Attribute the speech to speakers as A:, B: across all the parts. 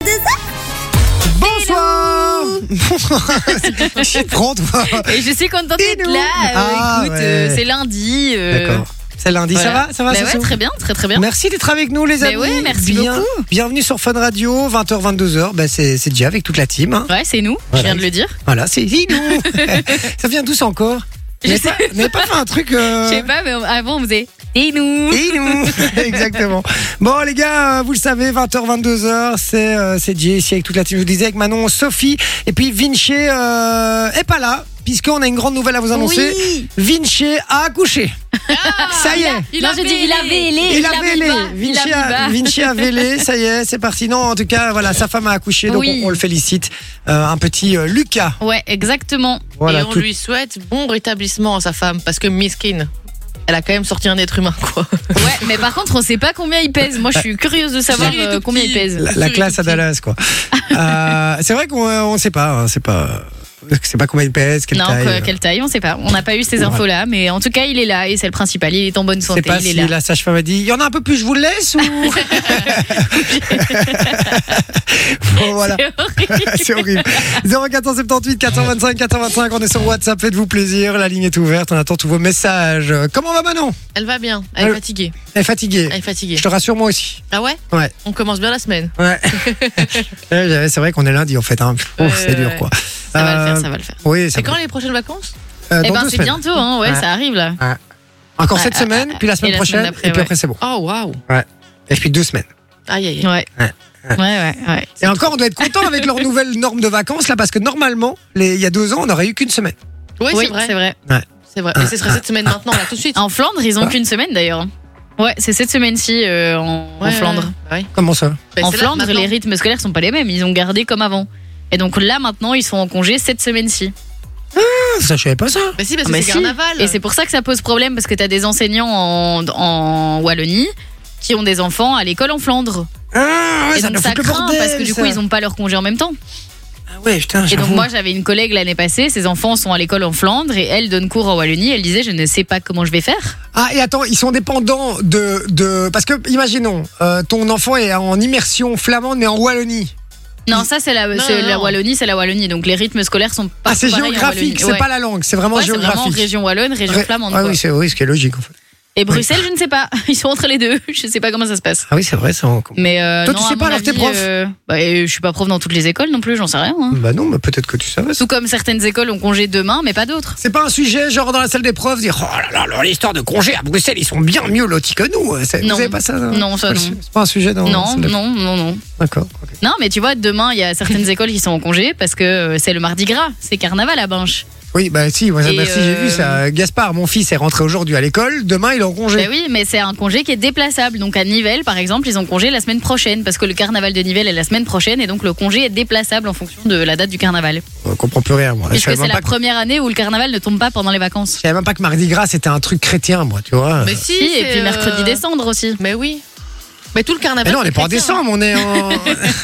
A: Tu prends, toi
B: Et je suis contente
A: Et
B: d'être
A: nous
B: là. euh,
A: Ah,
B: écoute, euh,
A: ouais.
B: c'est lundi. euh,
A: D'accord. C'est lundi, ça
B: voilà.
A: va Ça va,
B: Bah
A: Sassou
B: ouais, Très bien, très très bien.
A: Merci d'être avec nous, les
B: Mais
A: amis.
B: ouais, merci beaucoup.
A: Bienvenue sur Fun Radio, 20h, 22h. Bah, c'est c'est déjà avec toute la team. hein.
B: Ouais, c'est nous, je
A: Voilà.
B: viens de le dire.
A: Voilà, c'est nous. ça vient d'où ça encore
B: Je
A: N'avez
B: sais
A: pas, n'avez pas fait un truc. euh,
B: Je sais pas, mais avant on faisait et nous.
A: Et nous Exactement. Bon les gars, euh, vous le savez, 20h, 22h, c'est euh, c'est Jay ici avec toute la team. Je vous disais avec Manon, Sophie et puis Vinci euh, est pas là puisqu'on a une grande nouvelle à vous annoncer.
B: Oui.
A: Vinci a accouché. ça y est.
B: non, je dis, Ah, il a vélé.
A: Il a vélé.
B: bas, il
A: Vinci
B: a mis
A: a,
B: bas.
A: Vinci a vélé. Ça y est, c'est parti. Non, en tout cas, voilà, sa femme a accouché, donc
B: Oui.
A: on, on le félicite. Euh, un petit euh, Lucas.
B: Ouais, exactement.
A: Voilà.
C: et on
A: tout-
C: lui souhaite bon rétablissement à sa femme parce que Miskin, elle a quand même sorti un être humain quoi.
B: Ouais, mais par contre, on sait pas combien il pèse. Moi, je suis curieuse de savoir
C: Chérie,
B: euh,
C: tout
B: combien il
C: petit.
B: pèse.
A: La, la
C: Sur
A: classe à
C: YouTube.
A: Dallas, quoi. Euh, c'est vrai qu'on euh, on sait pas. hein, c'est pas. C'est pas combien il pèse, quelle
B: non,
A: taille. euh.
B: que- quelle taille, on sait pas. On n'a pas eu ces
A: Voilà.
B: infos-là, mais en tout cas, il est là et c'est le principal. Il est en bonne
A: Je sais
B: santé,
A: pas
B: il est
A: si
B: là.
A: la sage-femme a dit il y en a un peu plus, je vous le laisse ou. bon, voilà,
B: C'est horrible.
A: c'est horrible. 0478 425 425, on est sur WhatsApp, faites-vous plaisir, la ligne est ouverte, on attend tous vos messages. Comment va Manon
C: Elle va bien, elle est
A: Elle-
C: fatiguée,
A: Elle est fatiguée.
C: elle est fatiguée.
A: Euh, Je te rassure, moi aussi.
C: Ah ouais
A: Ouais.
C: On commence bien la semaine.
A: Ouais. Ouais, c'est vrai qu'on est lundi en fait. Hein. Ouf,
C: Ouais,
A: c'est dur
C: ouais.
A: quoi.
B: Euh, Ça va le
A: Euh,
B: faire, ça va le faire.
A: Oui, ça
C: C'est quand
A: va.
C: les prochaines vacances
A: Euh,
B: Eh
A: dans
B: ben,
A: deux
B: c'est
A: semaines.
B: bientôt, hein, ouais,
A: Ouais.
B: ça arrive là.
A: Encore cette
B: Ah, ah,
A: semaine,
B: ah,
A: puis la semaine
B: et la
A: prochaine,
B: semaine d'après,
A: et puis
B: ouais.
A: après c'est bon.
C: Oh waouh
A: Et puis deux semaines.
C: Aïe aïe aïe.
B: Ouais.
A: Ouais.
B: Ouais, ouais, ouais.
A: Et encore, on doit être content avec leur nouvelle norme de vacances là, parce que normalement, les- il y a deux ans, on n'aurait eu qu'une semaine.
C: Oui,
B: Oui,
C: c'est vrai.
B: c'est vrai.
C: C'est vrai. Et ce
A: Ah.
C: serait cette semaine maintenant, là, tout de suite.
B: En Flandre, ils ont
A: Quoi
B: qu'une semaine d'ailleurs. Ouais, c'est cette semaine-ci euh, en, en
C: Ouais,
B: Flandre.
C: ouais, ouais.
A: Comment ça
C: Bah,
B: en
C: c'est là,
B: Flandre,
C: maintenant.
B: les rythmes scolaires sont pas les mêmes. Ils ont gardé comme avant. Et donc là, maintenant, ils sont en congé cette semaine-ci.
A: Ah, Ça, je savais pas ça.
C: Bah si,
B: Ah,
C: parce que
B: mais
C: c'est
B: si.
C: carnaval.
B: Et c'est pour ça que ça pose problème parce que t'as des enseignants en, en Wallonie qui ont des enfants à l'école en Flandre.
A: Ah ouais,
B: et
A: ça
B: donc
A: nous
B: ça
A: fout le
B: craint
A: bordel,
B: parce que du coup,
A: ça.
B: ils ont pas leur congé en même temps.
A: Ah ouais, putain.
B: Et donc
A: j'avoue.
B: moi j'avais une collègue l'année passée, ses enfants sont à l'école en Flandre et elle donne cours en Wallonie, elle disait je ne sais pas comment je vais faire.
A: Ah et attends, ils sont dépendants de de parce que imaginons euh, ton enfant est en immersion flamande mais en Wallonie. Ah,
B: Non ça c'est la,
C: Non,
B: c'est
C: non,
B: la
C: non.
B: Wallonie, c'est la Wallonie, donc les rythmes scolaires sont pas
A: ah c'est
B: pareils en
A: géographique,
B: Wallonie.
A: c'est
B: Ouais.
A: pas la langue, c'est vraiment
B: Ouais, c'est
A: géographique.
B: vraiment région wallonne, région
A: Ouais,
B: flamande.
A: ah
B: quoi.
A: oui, c'est oui, ce qui est logique en fait.
B: Et Bruxelles, je ne sais pas. Ils sont entre les deux. Je ne sais pas comment ça se passe.
A: Ah oui, c'est vrai, ça. on-
B: Mais euh,
A: Toi, tu
B: non,
A: sais
B: à
A: pas,
B: mon
A: alors t'es
B: avis,
A: prof
B: euh, bah, euh, je suis pas prof dans toutes les écoles non plus. J'en sais rien. hein.
A: Bah non, mais peut-être que tu savais. ça.
B: Tout comme certaines écoles ont congé demain, mais pas d'autres.
A: C'est pas un sujet, genre dans la salle des profs, dire oh là là, alors, l'histoire de congé à Bruxelles, ils sont bien mieux lotis que nous. euh, c'est- Vous
B: Non.
A: savez pas ça
B: Non, ça, non.
A: Oh, C'est pas un sujet dans la
B: Non,
A: salle des-
B: non, non, non.
A: D'accord. ok.
B: Non, mais tu vois, demain, il y a certaines écoles qui sont en congé parce que euh, c'est le mardi gras, c'est carnaval à Binche.
A: Oui, bah si, moi,
B: Et,
A: merci, j'ai
B: euh,
A: vu ça. Gaspard, mon fils, est rentré aujourd'hui à l'école, demain il est en congé.
B: Ben oui, mais c'est un congé qui est déplaçable. Donc à Nivelles, par exemple, ils ont congé la semaine prochaine parce que le carnaval de Nivelles est la semaine prochaine et donc le congé est déplaçable en fonction de la date du carnaval.
A: On comprend plus rien, moi. Bah, Je
B: Puisque
A: savais,
B: c'est
A: même
B: la
A: pas que,
B: première année où le carnaval ne tombe pas pendant les vacances.
A: je savais même pas que Mardi Gras c'était un truc chrétien, moi, tu vois.
C: Mais si,
B: Si, et
C: c'est,
B: puis
C: euh,
B: mercredi descendre aussi.
C: Mais oui. Mais tout le carnaval.
A: Mais non, on n'est pas en
C: chrétien, hein.
A: décembre,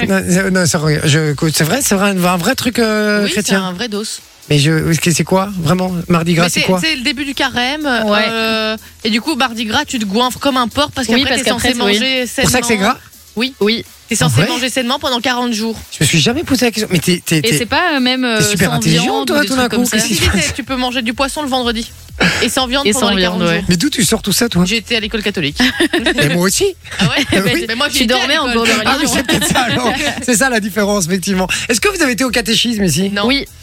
A: on est en. non, non, c'est vrai, je- écoute, c'est vrai, c'est vrai, un un vrai truc euh,
C: Oui, c'est
A: chrétien.
C: un vrai dos.
A: Mais je, c'est quoi, vraiment Mardi Gras,
C: Mais
A: c'est quoi
C: C'est le début du carême.
B: Ouais.
C: euh, et du coup, Mardi Gras, tu te goinfres comme un porc parce
B: Oui,
C: qu'après,
B: parce
C: t'es censé
B: qu'après, oui.
C: manger sainement.
A: Pour ça que c'est gras
B: Oui.
C: T'es censé
A: Ah ouais
C: manger sainement pendant 40 jours.
A: Je me suis jamais posé la question. Mais t'es. t'es-
B: Et
A: t'es-
B: c'est pas euh, même euh,
A: T'es super
B: sans
A: intelligente,
B: viande
A: toi,
B: ou des
A: tout
B: trucs
A: d'un coup,
B: comme ça.
A: qu'est-ce qui
C: Si,
A: se
C: si,
A: passe
C: tu peux manger du poisson le vendredi. Et sans viande
B: Et
C: pendant
B: sans
C: les
B: viande,
C: 40
B: ouais.
C: jours.
A: Mais d'où tu sors tout ça, toi
C: J'ai été à l'école catholique.
A: Et moi aussi.
C: ah ouais
A: Ah oui.
C: Mais moi,
B: Tu dormais en cours de
A: Ah oui,
B: religion.
A: c'est peut-être ça, alors. C'est ça la différence, effectivement. Est-ce que vous avez été au catéchisme ici
C: Non.
B: Oui,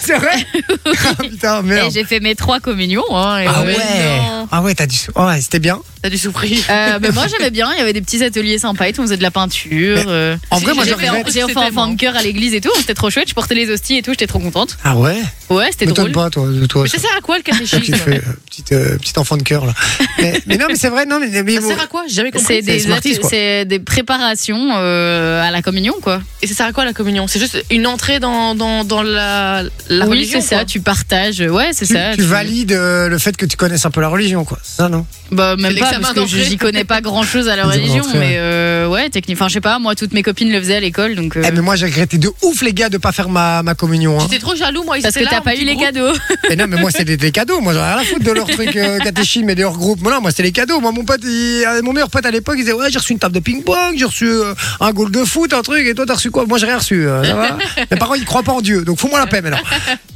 A: C'est vrai Ah, Putain,
B: et
A: merde.
B: j'ai fait mes trois communions. hein, et
A: Ah
B: ouais.
A: ouais.
C: non.
A: Ah ouais, t'as dû. Ouais, c'était bien.
C: T'as dû souffrir.
B: Euh, mais moi j'aimais bien, il y avait des petits ateliers sympas et tout, on faisait de la peinture. euh.
A: en vrai, moi,
B: j'ai
A: je
B: fait,
A: regrette.
B: j'ai fait
C: C'était
B: un fan
C: bon.
B: de cœur à l'église et tout, c'était trop chouette, je portais les hosties et tout, j'étais trop contente.
A: Ah ouais
B: Ouais, c'était
A: M'étonne
B: drôle.
A: pas, toi, de toi.
C: Mais ça sert à quoi le
A: ça qui
C: catéchisme
A: fait euh, petite, euh, petit enfant de cœur, là. Mais, mais non, mais c'est vrai, non, mais. mais
C: Ça sert à quoi J'ai jamais compris.
A: c'est
B: C'est des,
A: Smarties,
B: atte-
A: quoi.
B: c'est des préparations euh, à la communion quoi.
C: Et ça sert à quoi la communion C'est juste une entrée dans, dans, dans la la, la
B: oui,
C: religion.
B: c'est ça,
C: quoi.
B: tu partages. Ouais, c'est
A: Tu,
B: ça.
A: tu valides euh, le fait que tu connaisses un peu la religion, quoi. C'est Ça, non
B: Bah, même
C: C'est
B: pas,
C: l'examen
B: parce que je-
C: d'entrée.
B: j'y connais pas grand chose à la
A: L'examen
B: religion,
A: d'entrée,
B: mais euh, ouais, technique. Enfin, je sais pas, moi, toutes mes copines le faisaient à l'école, donc. euh,
A: Eh, mais moi, j'ai regretté de ouf, les gars, de pas faire ma, ma communion. hein.
C: J'étais trop jaloux, moi. ils
B: parce que
C: étaient là,
B: t'as
C: en
B: pas
C: petit
B: eu les
C: groupe.
B: cadeaux.
A: Mais non, mais moi, c'est des, des cadeaux. Moi, j'en ai rien à foutre de leur truc euh, catéchisme et de leur groupe. Moi, non, moi, c'était les cadeaux. Moi, mon pote, il- euh, mon meilleur pote à l'époque, il disait Ouais, j'ai reçu une table de ping-pong, j'ai reçu euh, un goal de foot, un truc, et toi, t'as reçu quoi Moi, j'ai rien reçu. euh, ça va Mes parents, ils croient pas en Dieu, donc fous-moi la paix maintenant.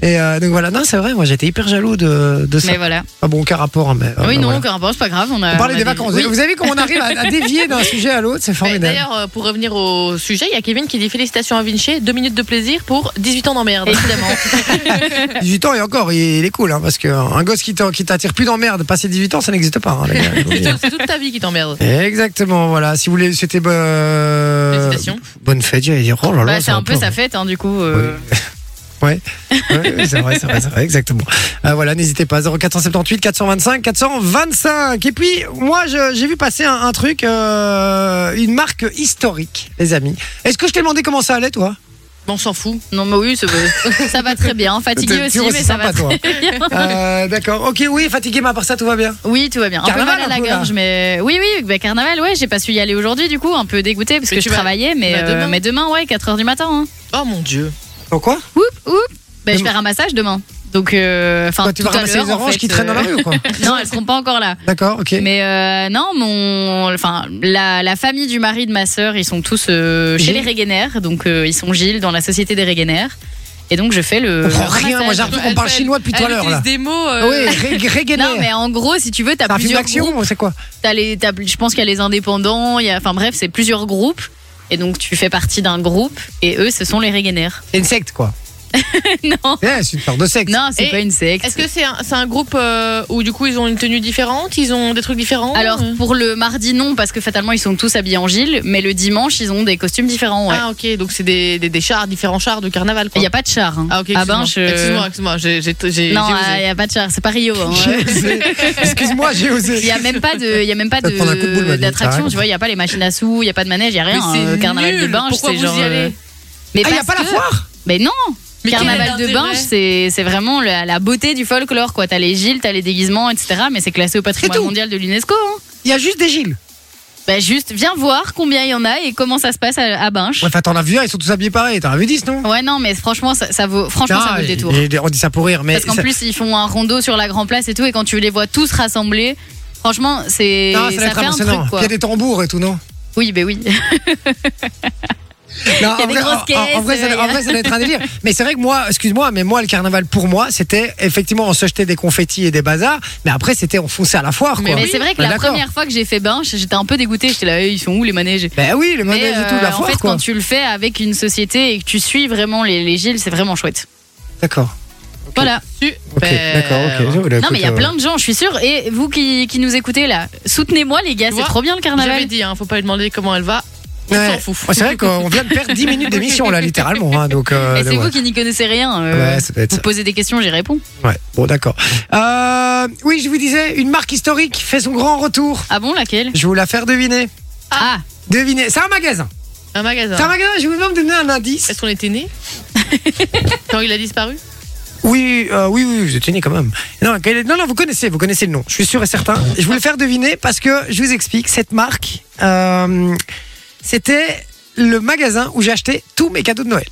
A: Et euh, donc voilà, non, c'est vrai, moi, j'étais hyper jaloux de, de ça.
B: Mais voilà.
A: Ah bon, aucun rapport, hein, mais. euh,
B: oui,
A: bah,
B: non,
A: voilà.
B: encore un peu, c'est pas grave. Euh, On, a,
A: On parlait
B: a
A: des
B: des-
A: vacances.
B: Oui. Bah,
A: Vous avez vu comment on arrive à, à dévier d'un sujet à l'autre C'est
C: Mais
A: formidable.
C: D'ailleurs, euh, pour revenir au sujet, il y a Kevin qui dit félicitations à Vinci, deux minutes de plaisir pour 18 ans d'emmerde.
B: Évidemment. euh,
A: 18 ans et encore, il, il est cool, hein, parce qu'un gosse qui t'a- qui t'attire plus d'emmerde, passer 18 ans, ça n'existe pas. hein, les gars, je vous le dis.
C: C'est toute ta vie qui t'emmerde.
A: Exactement, voilà. Si vous voulez, c'était euh,
C: Félicitations.
A: bonne fête. J'allais dire, oh là là,
B: Bah, c'est un peu sa fête, hein, du coup. euh,
A: Ouais, ouais, c'est vrai, c'est vrai, c'est vrai, exactement. Euh, voilà, n'hésitez pas. 0478 425 425. Et puis, moi, je- j'ai vu passer un, un truc, euh, une marque historique, les amis. Est-ce que je t'ai demandé comment ça allait, toi
C: On s'en fout.
B: Non, mais oui, c'est- ça va très bien. Fatigué
A: T'es
B: aussi,
A: toujours
B: mais
A: aussi
B: ça va
A: sympa, toi.
B: très bien.
A: Euh, D'accord. Ok, oui, fatigué, mais à part ça, tout va bien.
B: Oui, tout va bien. Un
A: Carnaval,
B: peu mal à
A: un
B: la
A: peu,
B: gorge,
A: là.
B: mais oui, oui, bah, carnaval, ouais, j'ai pas su y aller aujourd'hui, du coup, un peu dégoûté parce
C: Mais
B: que je
C: tu vas-
B: travaillais, mais,
C: vas
B: euh,
C: demain
B: mais demain, ouais, 4h du matin. Hein.
C: Oh mon dieu.
A: Pourquoi
B: Oup, oup. Bah, je
A: Mais-
B: vais faire un massage demain. Donc, euh, enfin,
A: Toi, Bah, Tu
B: tout
A: vas
B: à
A: ramasser
B: l'heure,
A: les
B: en
A: oranges
B: fait,
A: qui traînent dans la
B: euh,
A: rue, ou quoi.
B: Non, elles seront pas encore là.
A: D'accord, ok.
B: Mais euh, non, mon, enfin, la, la famille du mari de ma sœur, ils sont tous euh, chez
A: Gilles.
B: les Réguénaires, donc euh, ils sont Gilles dans la société des Réguénaires. Et donc je fais le.
A: On comprend
B: le
A: rien. Moi, j'ai
B: ramassage.
A: l'impression qu'on parle
C: Elle-
A: chinois depuis tout à
C: Elle
A: l'heure, là.
C: utilise des mots.
A: Ah Oui,
C: euh,
A: ré- régainé.
B: Non, mais en gros, si tu veux, t'as
A: C'est un film
B: plusieurs groupes.
A: d'action, c'est quoi
B: T'as les, t'as- je pense qu'il y a les indépendants, il y a, enfin bref, c'est plusieurs groupes. Et donc tu fais partie d'un groupe, et eux, ce sont les Réguénaires.
A: C'est une secte, quoi.
B: non,
A: Ouais, c'est une sorte de secte.
B: non, c'est
C: Et
B: pas une secte.
C: Est-ce que c'est un, c'est un groupe euh, où du coup ils ont une tenue différente, ils ont des trucs différents
B: Alors
C: euh
B: pour le mardi non parce que fatalement ils sont tous habillés en Gilles, mais le dimanche ils ont des costumes différents. ouais.
C: Ah ok, donc c'est des, des, des chars, différents chars de carnaval.
B: Il
C: Quoi.
B: n'y a pas de char. hein.
C: Ah ok,
B: Ah
C: excuse-moi,
B: ben, je-
C: excuse-moi, excuse-moi, j'ai- j'ai- j'ai-
B: Non,
C: j'ai
B: il
C: osé.
B: n'y a pas de char, c'est pas Rio. hein.
A: J'ai osé. Excuse-moi, j'ai osé. Ah,
B: Il n'y a même pas de, il y a même pas
A: Ça te prend un coup de boule,
B: de
A: Magali, t'as
B: d'attraction,
A: raison.
B: tu vois, il n'y a pas les machines à sous, il n'y a pas de manège, il n'y a
C: Mais
B: rien.
C: c'est
B: hein. carnaval de
C: nul,
B: Binge,
C: pourquoi
B: c'est
C: vous
B: genre.
C: y allez
B: euh, Mais
A: Ah, il n'y a
B: parce
A: pas la
B: que-
A: foire
B: Mais non
C: Mais quel
B: Carnaval de
C: est
B: Binge,
C: l'intérêt
B: c'est c'est vraiment la, la beauté du folklore, quoi. T'as les gilles, t'as les déguisements, etc. Mais c'est classé au patrimoine
A: tout.
B: mondial de l'UNESCO. hein.
A: Il y a juste des Gilles.
B: Bah juste, viens voir combien il y en a et comment ça se passe à, à Binche.
A: Ouais, enfin, t'en as vu un, ils sont tous habillés pareil. T'en as vu 10, non
B: Ouais, non, mais franchement, ça, ça vaut, franchement, ça vaut le
A: Ah,
B: détour.
A: et- et On dit ça pour rire, mais.
B: Parce qu'en
A: ça-
B: plus, ils font un rondeau sur la Grand Place et tout, et quand tu les vois tous rassemblés, franchement, c'est
A: Non, ça va
B: ça
A: être
B: fait un
A: impressionnant.
B: truc,
A: Puis Il
B: quoi.
A: y a des tambours et tout, non
B: Oui, ben oui.
A: Non,
B: Il y a
A: en
B: des
A: vrai-
B: grosses
A: en- en- En vrai,
B: caisses,
A: ça,
B: euh,
A: en vrai, ça doit être un délire. Mais c'est vrai que moi, excuse-moi, mais moi, le carnaval pour moi, c'était effectivement on se jetait des confettis et des bazars, mais après c'était on fonçait à la foire. Quoi.
B: Mais c'est vrai que
A: Ouais,
B: la
A: Ben d'accord.
B: première fois que j'ai fait Binche, j'étais un peu dégoûtée. J'étais là, Eh, ils sont où les manèges
A: Ben oui, le manège et tout,
B: euh,
A: la
B: en
A: foire.
B: fait,
A: quoi.
B: quand tu le fais avec une société et que tu suis vraiment les, les Gilles, c'est vraiment chouette.
A: D'accord.
B: Voilà.
A: Ok,
C: Ben,
A: d'accord. ok. Je voulais-
B: Non, mais il y a
A: écoute, euh,
B: plein de gens, je suis sûre. Et vous qui, qui nous écoutez là, soutenez-moi les gars,
C: Tu
B: c'est
C: vois,
B: trop bien le carnaval.
C: J'avais dit, hein, faut pas lui demander comment elle va. On
A: Ouais.
C: s'en fout.
A: Ouais, c'est vrai qu'on vient de perdre 10 minutes d'émission là, littéralement. hein, donc, euh,
B: Et c'est
A: donc,
B: vous
A: ouais.
B: qui n'y connaissez rien. euh,
A: Ouais, ça doit être
B: vous
A: ça.
B: posez des questions, j'y réponds.
A: Ouais, bon, d'accord. Euh, oui, je vous disais, une marque historique fait son grand retour.
B: Ah bon, laquelle
A: Je vais vous la faire deviner.
B: Ah,
A: Devinez. C'est un magasin.
C: Un
A: C'est un
C: magasin.
A: magasin, je vais même donner un indice.
C: Est-ce qu'on était nés Quand il a disparu
A: Oui, euh, oui, oui, vous êtes né quand même. Non, quel est- non, non, vous connaissez, vous connaissez le nom. Je suis sûr et certain. Je voulais faire deviner parce que je vous explique. Cette marque, euh, c'était le magasin où j'ai acheté tous mes cadeaux de Noël.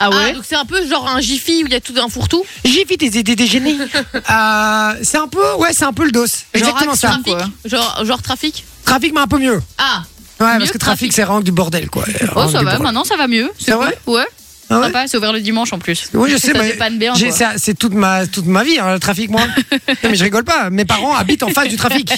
B: ah
C: Ah,
B: ouais
C: donc c'est un peu genre un Jiffy où il y a tout un fourre-tout.
A: J'ai vite des idées des génies. Euh, c'est un peu, ouais, c'est un peu le dos. Exactement ça.
B: Trafic. quoi.
C: Genre, genre trafic
A: Trafic, mais un peu mieux.
C: Ah,
A: Ouais,
B: Mieux
A: parce que
B: que
A: trafic,
B: trafic.
A: c'est vraiment du bordel, quoi.
B: Oh,
A: Vraiment
B: ça
A: du
B: va,
A: bordel.
B: maintenant ça va mieux.
A: C'est vrai
B: cool. Ouais.
A: Ah ouais
B: Sympa, c'est ouvert le dimanche en plus.
A: Oui, je sais,
B: ça
A: mais
B: dépanne bien.
A: J'ai-
B: quoi.
A: ça- C'est toute ma, toute ma vie, hein, le trafic, moi. non, mais je rigole pas. Mes parents habitent en face du trafic.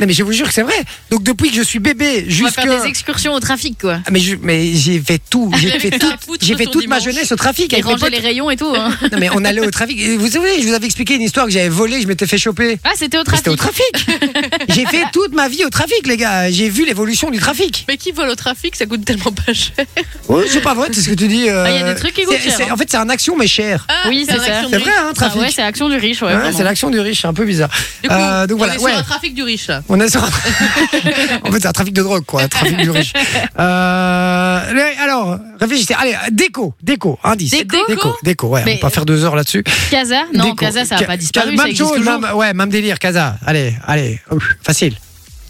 A: Non, mais je vous jure que c'est vrai. Donc, depuis que je suis bébé,
B: On va
A: jusque.
B: faire des excursions au trafic, quoi.
A: Ah, mais je- mais j'ai fait tout. J'ai fait,
C: avait
A: tout,
C: ça à foutre
A: j'ai
C: sur
A: fait
C: ton
A: toute ma
C: dimanche.
A: jeunesse au trafic.
B: Et
A: Avec mes
B: ranger
A: potes.
B: les rayons et tout. hein.
A: Non, mais on allait au trafic. Et Vous savez, je vous avais expliqué une histoire que j'avais volée, je m'étais fait choper.
B: Ah, c'était au
A: Mais C'était
B: trafic.
A: au trafic. j'ai fait toute ma vie au trafic, les gars. J'ai vu l'évolution du trafic.
C: mais qui vole au trafic Ça coûte tellement pas cher.
A: Oui, c'est pas vrai, c'est ce que tu dis. euh,
B: Ah, il y a des trucs qui coûtent
A: c'est-
B: cher,
A: c'est-
B: hein.
A: En fait, c'est un action, mais cher.
C: Ah,
B: Oui, c'est
C: un
B: ça.
C: action
A: C'est
C: du
A: vrai,
C: riche.
A: hein, trafic.
B: Ah ouais, c'est l'action du riche, ouais.
A: Ouais,
B: vraiment.
A: Hein, c'est l'action du riche, c'est un peu bizarre.
C: Du coup,
A: Euh, donc
C: on
A: voilà,
C: est
A: ouais.
C: sur un trafic du riche. là.
A: On est sur. en fait, c'est un trafic de drogue, quoi. un Trafic du riche. Euh, le- alors, réfléchissez. Allez, déco, déco, indice.
B: Déco
A: déco, déco, ouais,
B: Mais-
A: on va pas faire deux heures là-dessus.
B: Casa Non,
A: Déco.
B: Casa, ça
A: Ca-
B: n'a pas disparu.
A: Ca-
B: ça
A: Même
B: existe
A: chose,
B: toujours.
A: même- ouais, même délire, Casa. Allez, allez, ouf, facile.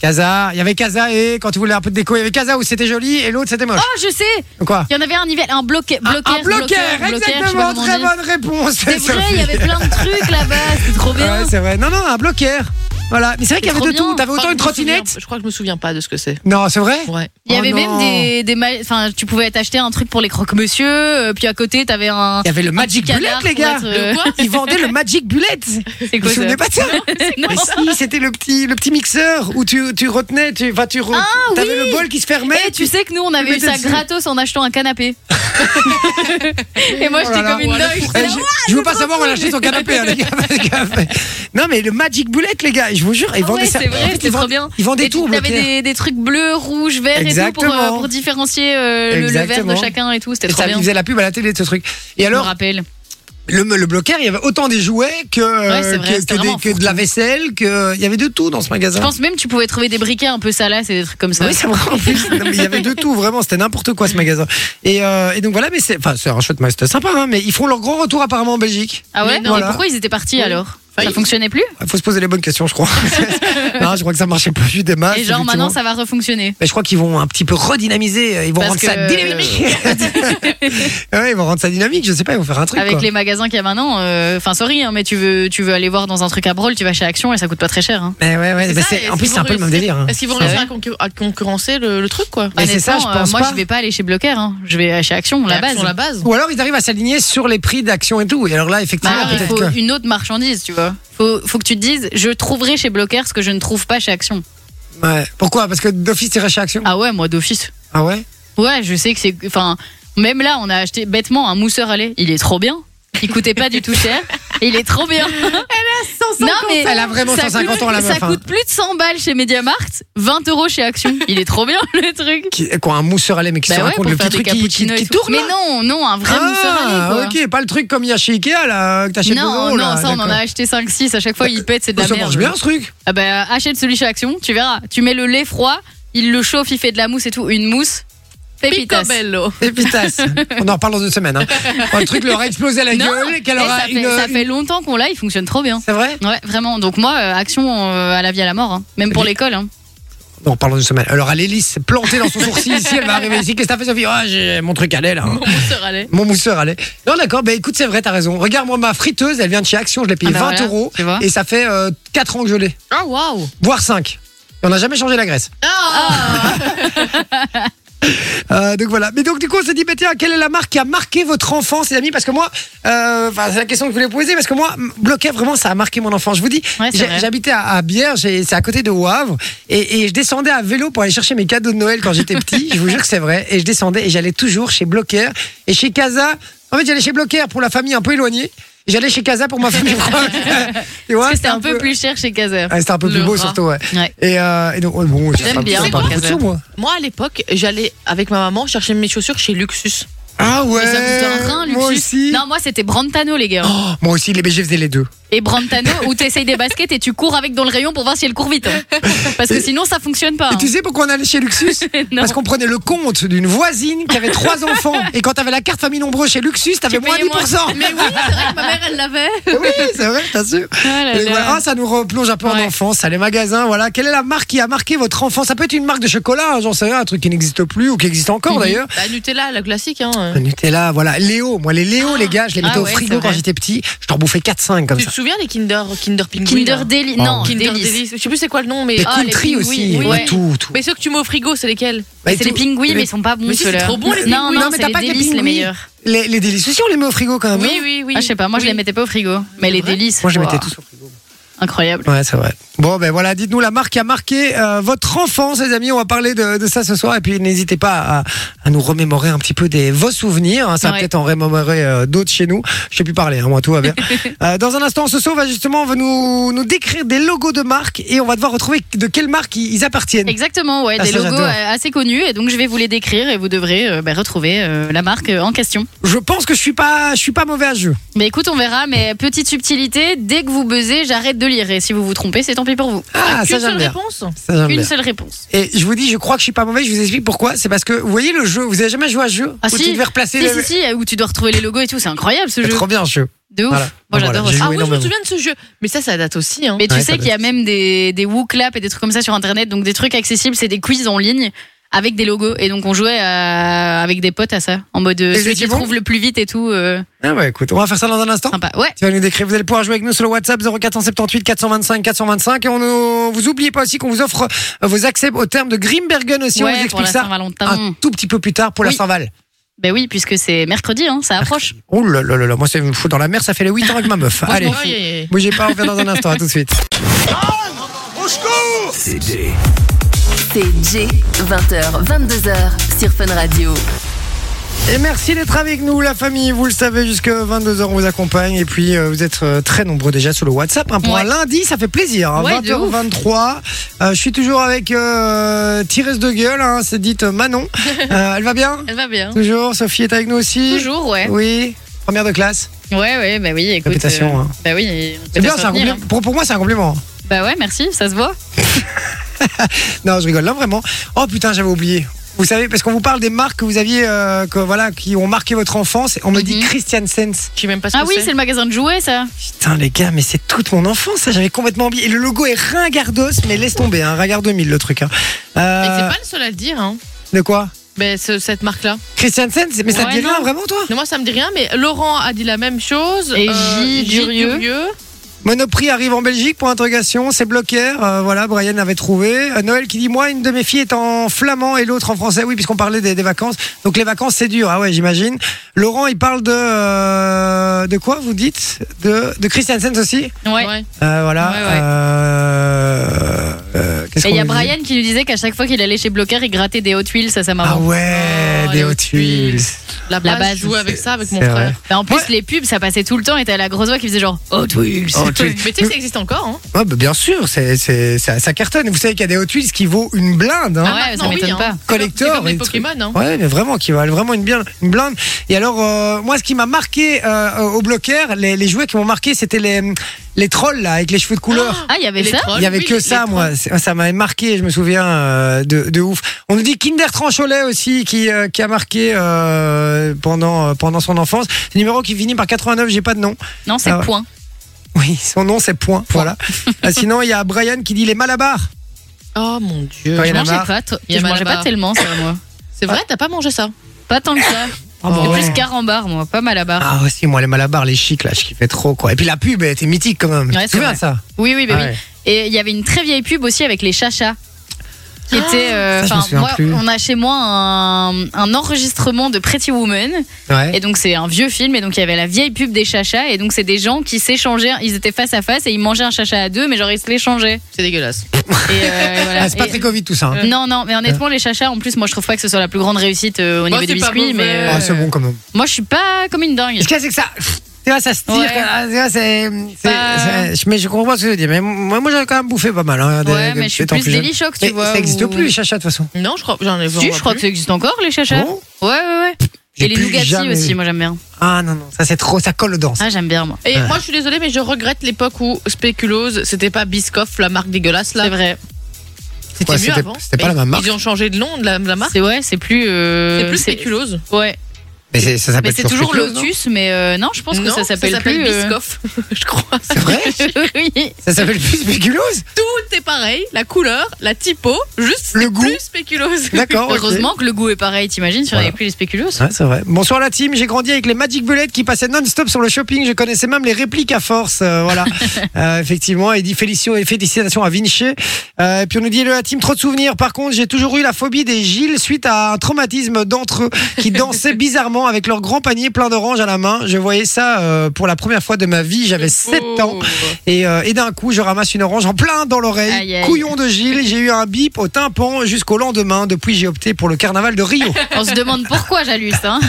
A: Casa, il y avait Casa et quand tu voulais un peu de déco, il y avait Casa où c'était joli et l'autre c'était moche.
B: Oh, je sais
A: Quoi
B: Il y en avait un hiver, un bloqué, bloqueur.
A: Un bloqueur,
B: bloqueur, bloqueur, je sais pas
A: exactement,
B: comment on
A: très
B: dit.
A: bonne réponse.
B: C'est vrai, il y avait plein de trucs là-bas, c'est trop bien.
A: Ouais, c'est vrai. Non, non, un bloqueur. Voilà, mais c'est vrai qu'il y
B: C'est
A: avait de
B: trop
A: tout.
B: bien.
A: T'avais autant une trottinette
C: Je crois que je me souviens pas de ce que c'est.
A: Non, c'est vrai
C: Ouais.
B: il y
A: Oh
B: avait même
A: non.
B: des, des ma- enfin, tu pouvais t'acheter un truc pour les croque-monsieur, euh, puis à côté t'avais un.
A: Il y avait le Magic
B: petit
A: Bullet,
B: canard
A: les
B: pour
A: gars.
B: être, euh,
A: Le quoi Ils vendaient le Magic Bullet.
B: C'est
A: Vous vous
B: quoi ça
A: souvenez pas de ça
B: Non.
A: Mais si, c'était le petit, le petit mixeur où tu, tu retenais, tu, enfin, tu re- t'avais
B: Ah oui
A: le bol qui se fermait.
B: Eh, tu sais que nous on
A: tu
B: avait eu
A: mettais
B: ça
A: dessus.
B: gratos en achetant un canapé. Et moi
A: Oh là
B: j'étais
A: là.
B: comme une dingue. j'étais
A: Eh,
B: là,
A: je, je veux pas savoir où elle a acheté son canapé, hein, les gars. parce que- Non, mais le Magic Bullet, les gars, je vous jure, ils
B: Ah
A: vendaient
B: ouais,
A: ça.
B: c'est vrai,
A: En fait,
B: c'est
A: ils
B: trop
A: vendaient-
B: bien.
A: Ils vendaient
B: Et
A: tout, au
B: puis, t'avais
A: Bloquer.
B: des, des trucs bleus, rouges, verts et tout pour,
A: Exactement.
B: euh, pour différencier euh, le- le, vert de
A: Exactement.
B: chacun et tout. C'était
A: Et
B: trop
A: ça,
B: bien.
A: ils faisaient la pub à la télé de ce truc. Et
B: Je me
A: alors,
B: rappelle.
A: le, le bloqueur, il y avait autant des jouets que,
B: Ouais, c'est vrai,
A: que- que,
B: c'était
A: des-
B: vraiment
A: que de la vaisselle, que, il y avait de tout dans ce
B: Je
A: magasin.
B: pense même que tu pouvais trouver des briquets un peu salaces et des trucs comme ça.
A: Hein Oui, c'est vrai en plus. Non, mais il y avait de tout, vraiment. C'était n'importe quoi ce magasin. Et, euh, et donc voilà, mais c'est enfin, c'est un chouette magasin, c'était sympa, hein, mais ils font leur grand retour apparemment en Belgique.
B: Ah ouais
A: Mais
B: non,
A: voilà. Bah,
B: Pourquoi ils étaient partis alors Ça
A: il-
B: fonctionnait plus
A: Il faut se poser les bonnes questions, je crois. non, je crois que ça marchait pas juste des masses.
B: Et genre maintenant
A: effectivement.
B: ça va refonctionner.
A: Mais je crois qu'ils vont un petit peu redynamiser, euh, ils vont
B: Parce
A: rendre
B: que-
A: ça dynamique. ouais, ils vont rendre ça dynamique, je sais pas, ils vont faire un truc.
B: Avec
A: quoi.
B: les magasins qu'il y a maintenant, euh, enfin sorry, hein, mais tu veux, tu veux aller voir dans un truc à Brawl, tu vas chez Action et ça coûte pas très cher. hein.
A: Mais Eh ouais, ouais, mais
C: ça,
A: c'est-
C: Eh ben, est-ce
A: en plus,
C: qu'ils
A: c'est un
C: vont
A: peu le même
C: réussir
A: délire. hein.
C: Est-ce qu'ils vont
B: Ouais.
C: réussir à, concur- à concurrencer le, le truc, quoi
A: Mais c'est ça,
B: Honnêtement,
A: je pense
B: euh, moi
A: pas.
B: je vais pas aller chez Bloquer, hein. je vais chez Action, la base.
C: Sur la base.
A: Ou alors ils arrivent à s'aligner sur les prix d'action et tout. Et alors là,
B: Bah,
A: effectivement,
B: alors, il
A: Ah, peut-être
B: faut
A: que.
B: une autre marchandise, tu vois. Faut, faut que tu te dises, je trouverai chez Bloquer ce que je ne trouve pas chez Action.
A: Ouais. Pourquoi Parce que d'office, t'irais chez Action.
B: Ah ouais, moi d'office.
A: Ah ouais
B: Ouais, je sais que c'est. Enfin, même là, on a acheté bêtement un mousseur à lait. Il est trop bien. Il coûtait pas du tout cher. Et il est trop bien. Non, mais
A: Elle a vraiment
B: ça
A: 150
B: coûte-
A: ans, la meuf,
B: Ça
A: hein.
B: coûte plus de 100 balles chez Mediamarkt, 20 euros chez Action. Il est trop bien le truc.
A: qui, quoi, un mousseur à lait, mais qui se
B: Bah ouais,
A: raconte
B: pour
A: le
B: faire
A: petit
B: des
A: truc qui, qui,
B: cappuccinos. et
A: qui
B: tout.
A: tourne
B: Mais
A: là
B: non, non, un vrai mousseur à
A: Ah,
B: lait, quoi.
A: ok, pas le truc comme il y a chez Ikea là, que t'achètes deux
B: Non,
A: euros,
B: non,
A: là,
B: ça on en
A: d'accord.
B: a acheté 5-6, à chaque fois il pète, c'est de la
A: Ça
B: merde.
A: marche bien ce truc.
B: Ah bah achète celui chez Action, tu verras. Tu mets le lait froid, il le chauffe, il fait de la mousse et tout, une mousse. Pépitas.
C: Picobello.
A: Efficace. on en reparle dans une semaine. Hein. Le truc leur a explosé la
B: Non,
A: gueule, qu'elle
B: Eh,
A: aura
B: ça, fait,
A: une. euh,
B: ça fait longtemps qu'on l'a, il fonctionne trop bien.
A: C'est vrai
B: Ouais, vraiment. Donc moi, euh, action euh, à la vie à la mort, hein. même pour
A: Bien.
B: l'école. hein.
A: On en parle dans une semaine. Alors, l'hélice s'est plantée dans son sourcil ici, elle va arriver ici. Qu'est-ce que t'as fait, Sophie Ah, j'ai mon truc à lait là. hein. Mon mousseur, allez. Non, d'accord, bah écoute, c'est vrai, t'as raison. Regarde-moi ma friteuse, elle vient de chez Action, je l'ai payée
B: Ah bah
A: 20
B: voilà,
A: euros.
B: tu vois.
A: Et ça fait 4 ans que je l'ai,
C: Ah, waouh
A: voire 5. Et on n'a jamais changé la graisse.
C: Ah.
A: Euh, donc voilà. Mais donc du coup, on s'est dit, bah, tiens, quelle est la marque qui a marqué votre enfance, les amis Parce que moi, euh, enfin, c'est la question que je voulais poser, parce que moi, m- bloqué, vraiment, ça a marqué mon enfance. Je vous dis,
B: Ouais, c'est
A: j'ai-
B: vrai.
A: j'habitais à, à Bierge, et c'est à côté de Wavre, et, et je descendais à vélo pour aller chercher mes cadeaux de Noël quand j'étais petit. je vous jure que c'est vrai. Et je descendais et j'allais toujours chez Bloquer et chez Casa. En fait, j'allais chez Bloquer pour la famille un peu éloignée. et J'allais chez Casa pour ma famille proche. Tu vois,
B: Parce que c'était un peu plus cher chez Kazer.
A: Ouais, c'était un peu plus
C: Le
A: beau
C: rat.
A: surtout, ouais.
B: Ouais.
A: Et, euh, et donc, ouais, bon, j'ai
B: J'aime
A: pas-
B: bien,
A: j'ai
B: c'est
A: pas
B: bon,
A: beaucoup de
B: Casa.
A: sous, moi.
C: Moi, à l'époque, j'allais avec ma maman chercher mes chaussures chez Luxus.
A: Ah ouais.
B: Ça coûtait un rein, Luxus.
A: moi aussi.
B: Non, moi c'était Brantano, les gars.
A: Oh, moi aussi, les BG faisaient les deux.
B: Et Brantano, où t'essayes des baskets et tu cours avec dans le rayon pour voir si elle court vite. hein. Parce que sinon ça fonctionne pas.
A: Et
B: hein.
A: tu sais pourquoi on allait chez Luxus
B: Non.
A: Parce qu'on prenait le compte d'une voisine qui avait trois enfants. Et quand t'avais la carte famille nombreuse chez Luxus, t'avais
B: Tu
A: moins
B: payais
A: 10%.
B: Mais oui, c'est vrai que ma mère elle l'avait.
A: Eh oui, c'est vrai, t'as sûr.
B: Oh là
A: Et
B: là.
A: voilà, ah, ça nous replonge un peu en
B: Ouais.
A: enfance, à les magasins, voilà. Quelle est la marque qui a marqué votre enfance Ça peut être une marque de chocolat, hein, j'en sais rien, un truc qui n'existe plus ou qui existe
C: Oh,
A: encore
B: Mhm.
A: d'ailleurs.
C: La Bah, Nutella, la classique, hein.
A: Le Nutella, voilà. Léo, moi les Léo, les gars, je les
B: Ah
A: mettais au
B: ouais,
A: frigo
B: c'est
A: quand
B: vrai.
A: j'étais petit. Je t'en bouffais 4-5 comme
C: Tu
A: ça.
C: te souviens des Kinder, Kinder Pinguin
B: Kinder
C: là
B: Deli.
A: Oh.
B: Non,
C: Kinder
B: Délice.
C: Delice. Je sais plus c'est quoi le nom, mais.
A: Les
B: Ah, les
A: country
B: pingouins,
A: aussi,
B: oui,
A: ouais,
B: ouais.
A: tout, tout.
C: Mais ceux que tu mets au frigo, c'est lesquels
A: Bah, et
B: C'est les
A: tout.
B: pingouins, mais ils sont pas bons
C: Mais si, c'est
B: ceux-là.
C: trop bon, les
B: Non,
C: pingouins.
B: non,
A: mais
B: c'est
A: t'as
B: les
A: pas que les
B: délices les
A: pingouins.
B: meilleurs.
A: Les, les délices aussi, on les met au frigo quand même.
C: Oui,
A: non
C: oui, oui.
B: Ah, je sais pas, moi je
C: Oui.
B: les mettais pas au frigo. Mais les
C: vrai
B: délices.
A: Moi je les
B: waouh,
A: mettais tous au frigo.
B: Incroyable.
A: Ouais, c'est vrai. Bon, ben voilà, dites-nous la marque qui a marqué euh, votre enfance, les amis. On va parler de, de ça ce soir. Et puis, n'hésitez pas à, à nous remémorer un petit peu des vos souvenirs. hein. ça va
B: Ouais.
A: peut-être en rémémorer euh, d'autres chez nous. Je sais plus parler, hein, moi, tout va bien. Euh, dans un instant, on se sauve. Justement, on va nous, nous décrire des logos de marques et on va devoir retrouver de quelle marque ils, ils appartiennent.
B: Exactement, ouais,
A: Ah,
B: des
A: ça,
B: logos
A: j'adore.
B: euh, assez connus. Et donc je vais vous les décrire et vous devrez euh, bah, retrouver euh, la marque euh, en question.
A: Je pense que je suis pas, je suis pas mauvais à ce jeu.
B: Mais écoute, on verra. Mais petite subtilité, dès que vous buzzez, j'arrête de lire. Et si vous vous trompez, c'est tant pis pour vous.
A: Ah, ça
C: Qu'une
A: j'aime
C: seule
A: bien.
C: réponse
A: Ça, j'aime
B: Une
A: bien.
B: seule réponse.
A: Et je vous dis, je crois que je suis pas mauvais, je vous explique pourquoi. C'est parce que, vous voyez le jeu, vous avez jamais joué à ce jeu
B: Ah,
A: où
B: si.
A: tu devais replacer
B: Si,
A: le-
B: si, si, ah, où tu dois retrouver les logos et tout. C'est incroyable ce
A: C'est
B: jeu.
A: trop bien ce jeu.
B: De ouf.
A: Voilà.
B: Moi,
A: Voilà,
B: j'adore
A: j'ai joué
B: ça.
C: Ah oui, je me
A: énormément.
C: souviens de ce jeu. Mais ça, ça date aussi. Hein.
B: Mais tu
A: Ouais, ça
B: sais qu'il y a même des, des woo clap et des trucs comme ça sur internet, donc des trucs accessibles, c'est des quiz en ligne avec des logos. Et donc on jouait à- avec des potes à ça, en mode euh,
A: Et
B: celui
A: c'était
B: qui
A: bon
B: trouve le plus vite et tout. euh,
A: Ah bah écoute, on va faire ça dans un instant.
B: sympa. Ouais,
A: Tu vas nous décrire. Vous allez pouvoir jouer avec nous sur le WhatsApp 0478 425 425. Et on ne vous oubliez pas aussi qu'on vous offre euh, vos accès au terme de Grimbergen aussi. on
B: ouais
A: vous
B: pour
A: explique
B: la
A: ça
B: Saint-Valentin.
A: un tout petit peu plus tard pour la
B: Oui.
A: Saint-Val.
B: Ben oui, puisque c'est mercredi, hein, ça approche.
A: Oh là là là là, moi ça me fout dans la mer, ça fait les 8 ans avec ma meuf.
C: Franchement,
A: Allez,
C: oui, oui, oui.
A: bougez pas, on revient dans un instant, à tout de suite.
D: C'est Jay.
E: C'est J, 20h, 22h sur Fun Radio.
A: Et merci d'être avec nous, la famille. Vous le savez, jusqu'à 22h, on vous accompagne. Et puis, euh, vous êtes euh, très nombreux déjà sur le WhatsApp. hein. Pour
B: Ouais.
A: un lundi, ça fait plaisir. hein.
B: Ouais, de ouf.
A: 20h23. Euh, je suis toujours avec euh, tireuse de gueule, hein, c'est dite Manon. Euh, elle va bien
B: Elle va bien.
A: Toujours. Sophie est avec nous aussi.
B: Toujours, ouais.
A: Oui. Première de classe.
B: Ouais, ouais, bah oui, écoute.
A: Réputation, hein.
B: Bah oui. on
A: C'est
B: peut
A: bien,
B: pas
A: c'est un
B: s'en tenir,
A: compliment. Pour, pour moi, c'est un compliment.
B: hein. Bah ouais, merci, ça se voit.
A: Non, je rigole, non, vraiment. Oh putain, j'avais oublié. Vous savez, parce qu'on vous parle des marques que vous aviez, euh, que, voilà, qui ont marqué votre enfance. On me dit
B: Mhm.
A: Christian Sense.
C: Je sais même pas ce
B: Ah
C: que
B: oui, c'est le magasin de jouets, ça.
A: Putain, les gars, mais c'est toute mon enfance, ça. J'avais complètement oublié. Et le logo est ringardos, mais laisse tomber, hein. Ringard 2000, le truc, hein.
C: Et
A: Euh,
C: c'est pas le seul à le dire. Hein.
A: De quoi
C: Ben, ce- cette marque-là.
A: Christian Sense Mais ça te
B: Ouais,
A: dit rien,
B: non.
A: vraiment, toi
C: Mais moi, ça me dit rien, mais Laurent a dit la même chose. Euh,
B: Et J. Durieux.
A: Monoprix arrive en Belgique pour interrogation, c'est bloquer. voilà, Brian avait trouvé. Euh, Noël qui dit Moi, une de mes filles est en flamand et l'autre en français. Oui, puisqu'on parlait des, des vacances. Donc les vacances, c'est dur. Ah ouais, j'imagine. Laurent, il parle de. euh, de quoi, vous dites De, de Christian Sense aussi
B: Ouais.
C: Ouais.
A: Euh, Voilà.
B: Ouais, ouais.
A: Euh, euh, qu'est-ce
B: Et il y a
A: qu'on dit
B: Brian qui nous disait qu'à chaque fois qu'il allait chez Blocker, il grattait des hautes huiles, ça, ça
A: Ah
B: marrant.
A: ouais,
C: Oh,
A: des
C: les
A: hot
C: Hot Wheels.
A: wheels.
C: La
B: La
C: base,
B: base,
C: Ah, je jouais avec
A: c'est-
C: ça avec mon
A: c'est
C: frère.
A: vrai.
B: Bah, en plus,
A: Ouais.
B: les pubs, ça passait tout le temps et t'as la grosse voix qui faisait genre Hot Wheels.
A: Hot Wheels.
C: Mais tu sais que ça existe encore. Hein.
A: Ouais, bah, bien sûr, c'est, c'est, ça, ça cartonne. Vous savez qu'il y a des Hot Wheels qui vaut une blinde. Hein.
B: Ah ouais, ça
C: maintenant,
B: m'étonne
C: oui, hein.
B: pas.
A: Collector
C: C'est comme
A: et
C: les
A: des trucs.
C: Pokémon. Hein.
A: Ouais, mais vraiment, qui valent vraiment une, bien, une blinde. Et alors, euh, moi, ce qui m'a marqué euh, au blocaire, les, les jouets qui m'ont marqué, c'était les, les trolls, là, avec les cheveux de couleur.
B: Ah, il y avait
C: Les
B: ça
C: trolls,
A: Il y avait
C: oui,
A: que
C: les
A: ça,
C: trolls.
A: moi. C'est- Ça m'avait marqué, je me souviens euh, de, de ouf. On nous dit Kinder Trancholet aussi, qui, euh, qui a marqué euh, pendant, euh, pendant son enfance. C'est un numéro qui finit par 89, j'ai pas de nom.
B: Non, c'est
A: Ah ouais.
B: point.
A: Oui, son nom, c'est Point. Voilà. Euh, Sinon, il y a Brian qui dit les Malabar.
C: Oh mon dieu.
A: Quand il y
B: Je
A: en a
B: mangeais
A: marre.
B: pas, t-
C: Il y
B: je
C: en a
B: mangeais pas
C: là-bas.
B: tellement ça, moi.
C: C'est vrai, t'as pas mangé ça.
B: Pas tant que ça.
A: Ah, bah
B: Et
A: ouais.
B: plus carambar, moi, pas mal à barre.
A: Ah aussi, moi les Malabar, les chics là, je kiffais trop quoi. Et puis la pub, elle était mythique quand même. tu
B: Ouais,
A: te
B: c'est
A: souviens
B: vrai.
A: de ça
B: Oui, oui, bah
A: Ah
B: oui.
A: ouais.
B: Et il y avait une très vieille pub aussi avec les chachas. Qui
C: Ah.
B: était. euh,
A: ça, je me
B: enfin,
A: souviens
B: moi,
A: plus.
B: on a chez moi un, un enregistrement de Pretty Woman.
A: Ouais.
B: Et donc, c'est un vieux film. Et donc, il y avait la vieille pub des chachas. Et donc, c'est des gens qui s'échangeaient. Ils étaient face à face et ils mangeaient un chacha à deux, mais genre, ils se l'échangeaient.
C: C'est dégueulasse.
B: Et, euh, voilà.
A: Ah, c'est pas
B: Et-
A: très Covid tout ça. hein.
B: Non, non, mais honnêtement, les chachas, en plus, moi, je trouve pas que ce soit la plus grande réussite euh, au
C: Moi,
B: niveau des
C: c'est pas
B: biscuits, mais
C: mauvais.
B: euh,
A: Ah, c'est bon quand même.
B: moi, je suis pas comme une dingue.
A: Ce qu'il y a, c'est que ça. pff, Tu vois, ça se tire.
B: Ouais.
A: ah, tu vois, c'est, c'est-
B: Bah.
A: c'est- je- mais je comprends pas ce que je veux dire. Mais moi, moi j'avais quand même bouffé pas mal. hein, des-
B: Ouais, mais je suis
A: étant
B: plus
A: jeune.
B: délit choc, tu
A: Mais
B: vois.
A: ça existe
B: ou-
A: plus, les chachas de toute façon.
C: Non, je crois. J'en ai
B: Si, je crois que ça existe encore, les chachas.
A: Ah Bon,
B: Ouais, ouais, ouais.
A: j'ai
B: Et les
A: plus
B: nougatis
A: jamais
B: aussi,
A: vu.
B: moi, j'aime bien.
A: Ah non, non, ça c'est trop, ça colle aux dents. ça.
B: Ah, j'aime bien, moi.
C: Et moi, je suis désolée, mais je regrette l'époque où Spéculose, c'était pas Biscoff, la marque dégueulasse
B: C'est
C: là.
B: vrai. Ah,
C: C'était
A: Ouais,
C: mieux
A: c'était-
C: avant.
A: c'était pas la
C: Et
A: même marque.
C: Ils ont changé de nom de la, de la marque.
B: C'est ouais, c'est plus. euh,
C: C'est plus Spéculose.
B: Ouais.
A: Ah, Mais c'est, ça s'appelle
B: Mais c'est toujours
A: spéculoos, non
B: Lotus, mais euh, non, je pense que
C: Non,
B: ça s'appelle plus. euh,
C: Biscoff, je crois.
A: C'est vrai
B: oui.
A: Ça s'appelle plus spéculose
C: Tout est pareil, la couleur, la typo, juste
A: Le
C: c'est
A: goût.
C: plus spéculose.
A: D'accord. ok.
B: Heureusement que le goût est pareil, t'imagines, sur
A: Voilà.
B: les plus les spéculoos.
A: Ouais, c'est vrai. Bonsoir la team, j'ai grandi avec les Magic Bullets qui passaient non-stop sur le shopping, je connaissais même les répliques à force, euh, voilà. Euh, effectivement, et dit félicio- et félicitations à Vinci. Euh, et puis on nous dit la team, trop de souvenirs. Par contre, j'ai toujours eu la phobie des Gilles suite à un traumatisme d'entre eux qui dansaient bizarrement avec leur grand panier plein d'oranges à la main. Je voyais ça euh, pour la première fois de ma vie, j'avais
B: Oh.
A: 7 ans.
C: Oh.
A: Et, euh, et d'un coup, je ramasse une orange en plein dans
B: Aïe,
A: l'oreille.
B: aïe.
A: Couillon de Gilles, j'ai eu un bip au tympan jusqu'au lendemain. Depuis, j'ai opté pour le carnaval de Rio.
B: On se demande pourquoi j'halluce. Hein.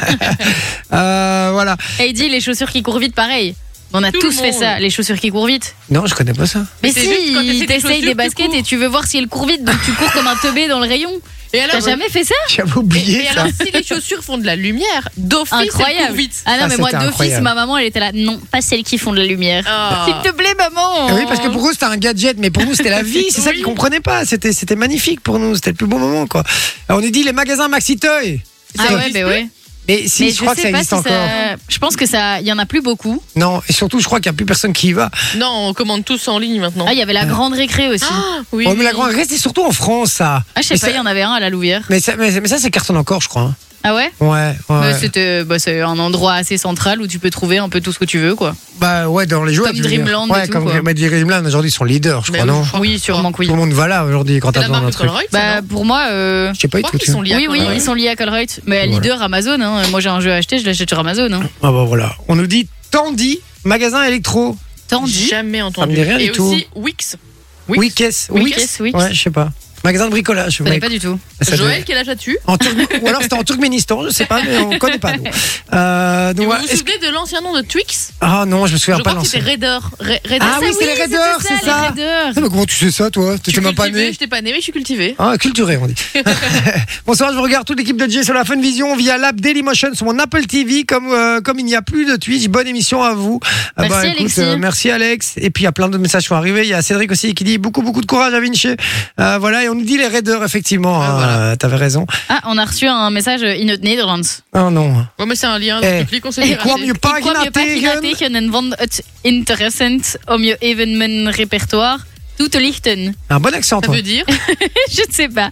A: Euh, voilà.
B: Et il dit les chaussures qui courent vite, pareil. On a
C: Tout le
B: tous fait
C: monde.
B: ça, les chaussures qui courent vite.
A: Non, je connais pas ça.
B: Mais,
C: Mais c'est juste quand t'essayes
B: si,
C: des
B: t'essayes
C: chaussures,
B: des
C: tu
B: baskets
C: cours. Ah
B: et tu veux voir si elles courent vite, donc tu cours comme un teubé dans le rayon.
C: Et
B: T'as
C: alors,
B: jamais fait ça
A: J'avais
C: et,
A: oublié
C: et
A: ça.
C: alors, si les chaussures font de la lumière, d'office, elles courent
B: Incroyable.
C: vite.
B: Ah non,
A: Ça,
B: mais moi,
A: c'était
B: d'office,
A: incroyable.
B: ma maman, elle était là. Non, pas celles qui font de la lumière.
C: Ah.
B: S'il te plaît, maman.
A: Ah Oui, parce que pour eux, c'était un gadget, mais pour nous, c'était la vie. C'est ça qu'ils comprenaient pas. C'était, c'était magnifique pour nous. C'était le plus beau moment, quoi. Alors, on nous dit les magasins Maxi Toy.
B: Ah
A: Ça
B: ouais,
C: existe
B: bah ouais.
A: Mais si,
B: mais
A: je, crois que ça
B: sais pas
A: existe
B: si
A: encore. Ah
B: ça- Je pense que ça, il y en a plus beaucoup.
A: Non, et surtout, je crois qu'il n'y a plus personne qui y va.
C: Non, on commande tous en ligne maintenant.
B: Ah, il y avait la grande récré aussi.
C: Ah, oui.
A: Oh, mais la grande reste, c'est surtout en France, ça.
B: Ah, je sais
A: Mais
B: pas,
A: ça-
B: il y en avait un à la Louvière.
A: Mais ça, mais, mais ça, c'est carton encore, je crois. hein.
B: Ah ouais
A: Ouais, ouais.
B: Mais
A: ouais.
B: C'était bah, c'est un endroit assez central où tu peux trouver un peu tout ce que tu veux, quoi.
A: Bah ouais, dans les jeux.
B: Comme
A: tu veux dire.
B: Dreamland et
A: Ouais,
B: tout,
A: comme
B: quoi. Bah
A: mais Dreamland, aujourd'hui, ils sont leaders, je
C: Mais
A: crois, non
B: Oui, sûrement que oui.
A: Tout le monde va là aujourd'hui quand
C: C'est
A: t'as
C: la
A: besoin d'un
C: marque
A: truc.
C: Colruyt, ça,
B: Bah,
C: non
B: pour moi. euh,
A: Je sais pas
C: Je
A: du
C: crois
A: tout.
C: qu'ils
A: tiens.
C: sont liés à
B: Oui, oui,
C: Colruyt.
B: ils sont liés à Colruyt.
A: Voilà.
B: Mais leader Amazon, hein. moi j'ai un jeu à acheter, je l'achète sur Amazon. Hein.
A: Ah bah voilà. On nous dit Tandy, magasin électro.
B: Tandis.
C: Jamais entendu.
A: dit rien
C: Et
A: du tout.
C: aussi Wix. Wix.
A: Wikes.
B: Wix, Wix.
A: Ouais, je sais pas. Magasin de bricolage.
B: Je
A: ouais.
B: connais pas du tout.
A: Ça doit-
C: Joël, quel âge as-tu
A: En Turc- Ou alors c'était en Turkménistan, je sais pas, mais on connaît pas nous. Euh, donc,
C: Et Vous
A: voilà.
C: vous
A: Est-ce-
C: souvenez de l'ancien nom de Twix
A: Ah non, je me souviens
C: Je
A: pas
C: crois que c'était
A: l'ancien.
C: Raider. Ra- Raider.
A: Ah oui, c'est les raideurs, c'est
B: les
A: ça.
B: raideurs.
A: Ah, mais comment tu sais ça, toi
C: Je
A: T'étais
C: suis
A: même pas
C: cultivée,
A: né
C: je t'ai pas né, mais je suis cultivé.
A: Ah, culturé, on dit. Bonsoir, je vous regarde toute l'équipe de Jay sur la Funvision via l'app Dailymotion sur mon Apple TV. Comme, euh, comme il n'y a plus de Twitch, bonne émission à vous. Ah
B: Merci, Alexis.
A: merci Alex. Et puis il y a plein d'autres messages qui sont arrivés. Il y a Cédric aussi qui dit beaucoup, beaucoup de courage à Vinci. Euh, voilà, et on nous dit les raideurs, effectivement. hein, euh, T'avais raison.
B: Ah, on a reçu un message euh, in the Netherlands.
A: Ah non.
C: Ouais, mais c'est un lien,
A: Eh.
C: donc tu cliques, on sait
A: Et
C: pas.
A: quoi mieux pas
B: Ik kwam je pagina
A: Gnategen
B: tegen en vond het interessant om je even mijn répertoire toe te lichten.
A: Un bon accent,
C: Ça
A: toi.
C: veut dire
B: Je ne sais pas.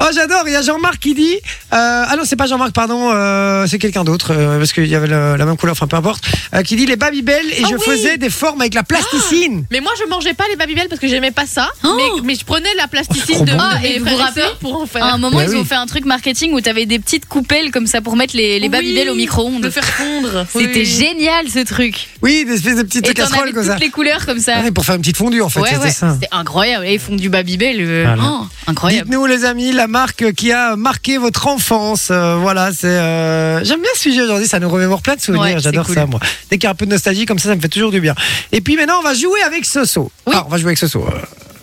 A: Oh, j'adore. Il y a Jean-Marc qui dit. euh, ah non, c'est pas Jean-Marc, pardon. euh, c'est quelqu'un d'autre. euh, parce qu'il y avait le- la même couleur, enfin peu importe. euh, qui dit les Babybel et
C: Ah
A: je
C: oui.
A: faisais des formes avec la plasticine.
C: Mais moi, je mangeais pas les Babybel parce que j'aimais pas ça.
B: Oh.
C: mais, mais je prenais la
A: Oh,
C: plasticine
A: c'est
C: de
A: trop
B: bon.
C: de
B: Ah, et
C: mes
B: vous
C: frères
B: vous rappelez
C: sœurs pour en faire.
B: À un moment,
A: Bah
B: ils ont
A: oui.
B: fait un truc marketing où tu avais des petites coupelles comme ça pour mettre les, les Babybel au
C: Le
B: micro-ondes.
C: faire fondre.
B: C'était
C: Oui.
B: génial ce truc.
A: Oui, des espèces de petites
B: Ah. Et t'en avais
A: casseroles
B: toutes
A: comme ça.
B: les couleurs comme ça.
A: Ah oui, pour faire une petite fondue en fait,
B: ouais,
A: c'était
B: ouais.
A: ça. Ah,
B: C'était incroyable. Et ils font du Babybel. euh,
A: Voilà.
B: oh, incroyable.
A: Dites-nous les amis, la marque qui a marqué votre enfance. Euh, voilà, c'est. euh, J'aime bien ce sujet aujourd'hui, ça nous remémore plein de
B: Ouais,
A: souvenirs.
B: c'est
A: J'adore
B: cool.
A: ça moi. Dès qu'il y a un peu de nostalgie comme ça, ça me fait toujours du bien. Et puis maintenant, on va jouer avec Soso.
B: Oui.
A: Ah, on va jouer avec Soso. euh,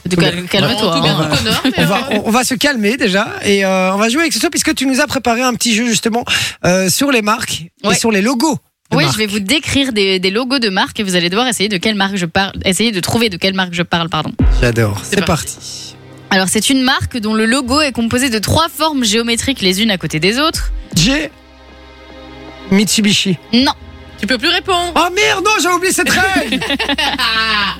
B: De cal- Calme-toi.
C: Tout bien
B: hein.
C: tout honneur, mais
A: on,
C: alors,
A: va, on, on va se calmer déjà et euh, on va jouer avec Soso puisque tu nous as préparé un petit jeu justement euh, sur les marques et
B: Ouais.
A: sur les logos. de
B: Oui,
A: marques.
B: je vais vous décrire des, des logos de marques et vous allez devoir essayer de quelle marque je parle, essayer de trouver de quelle marque je parle, pardon.
A: J'adore.
C: C'est
A: C'est parti.
B: Alors, c'est une marque dont le logo est composé de trois formes géométriques les unes à côté des autres.
A: J. Mitsubishi.
B: Non,
C: euh, Tu peux plus répondre.
A: Oh merde, non, j'ai oublié cette règle.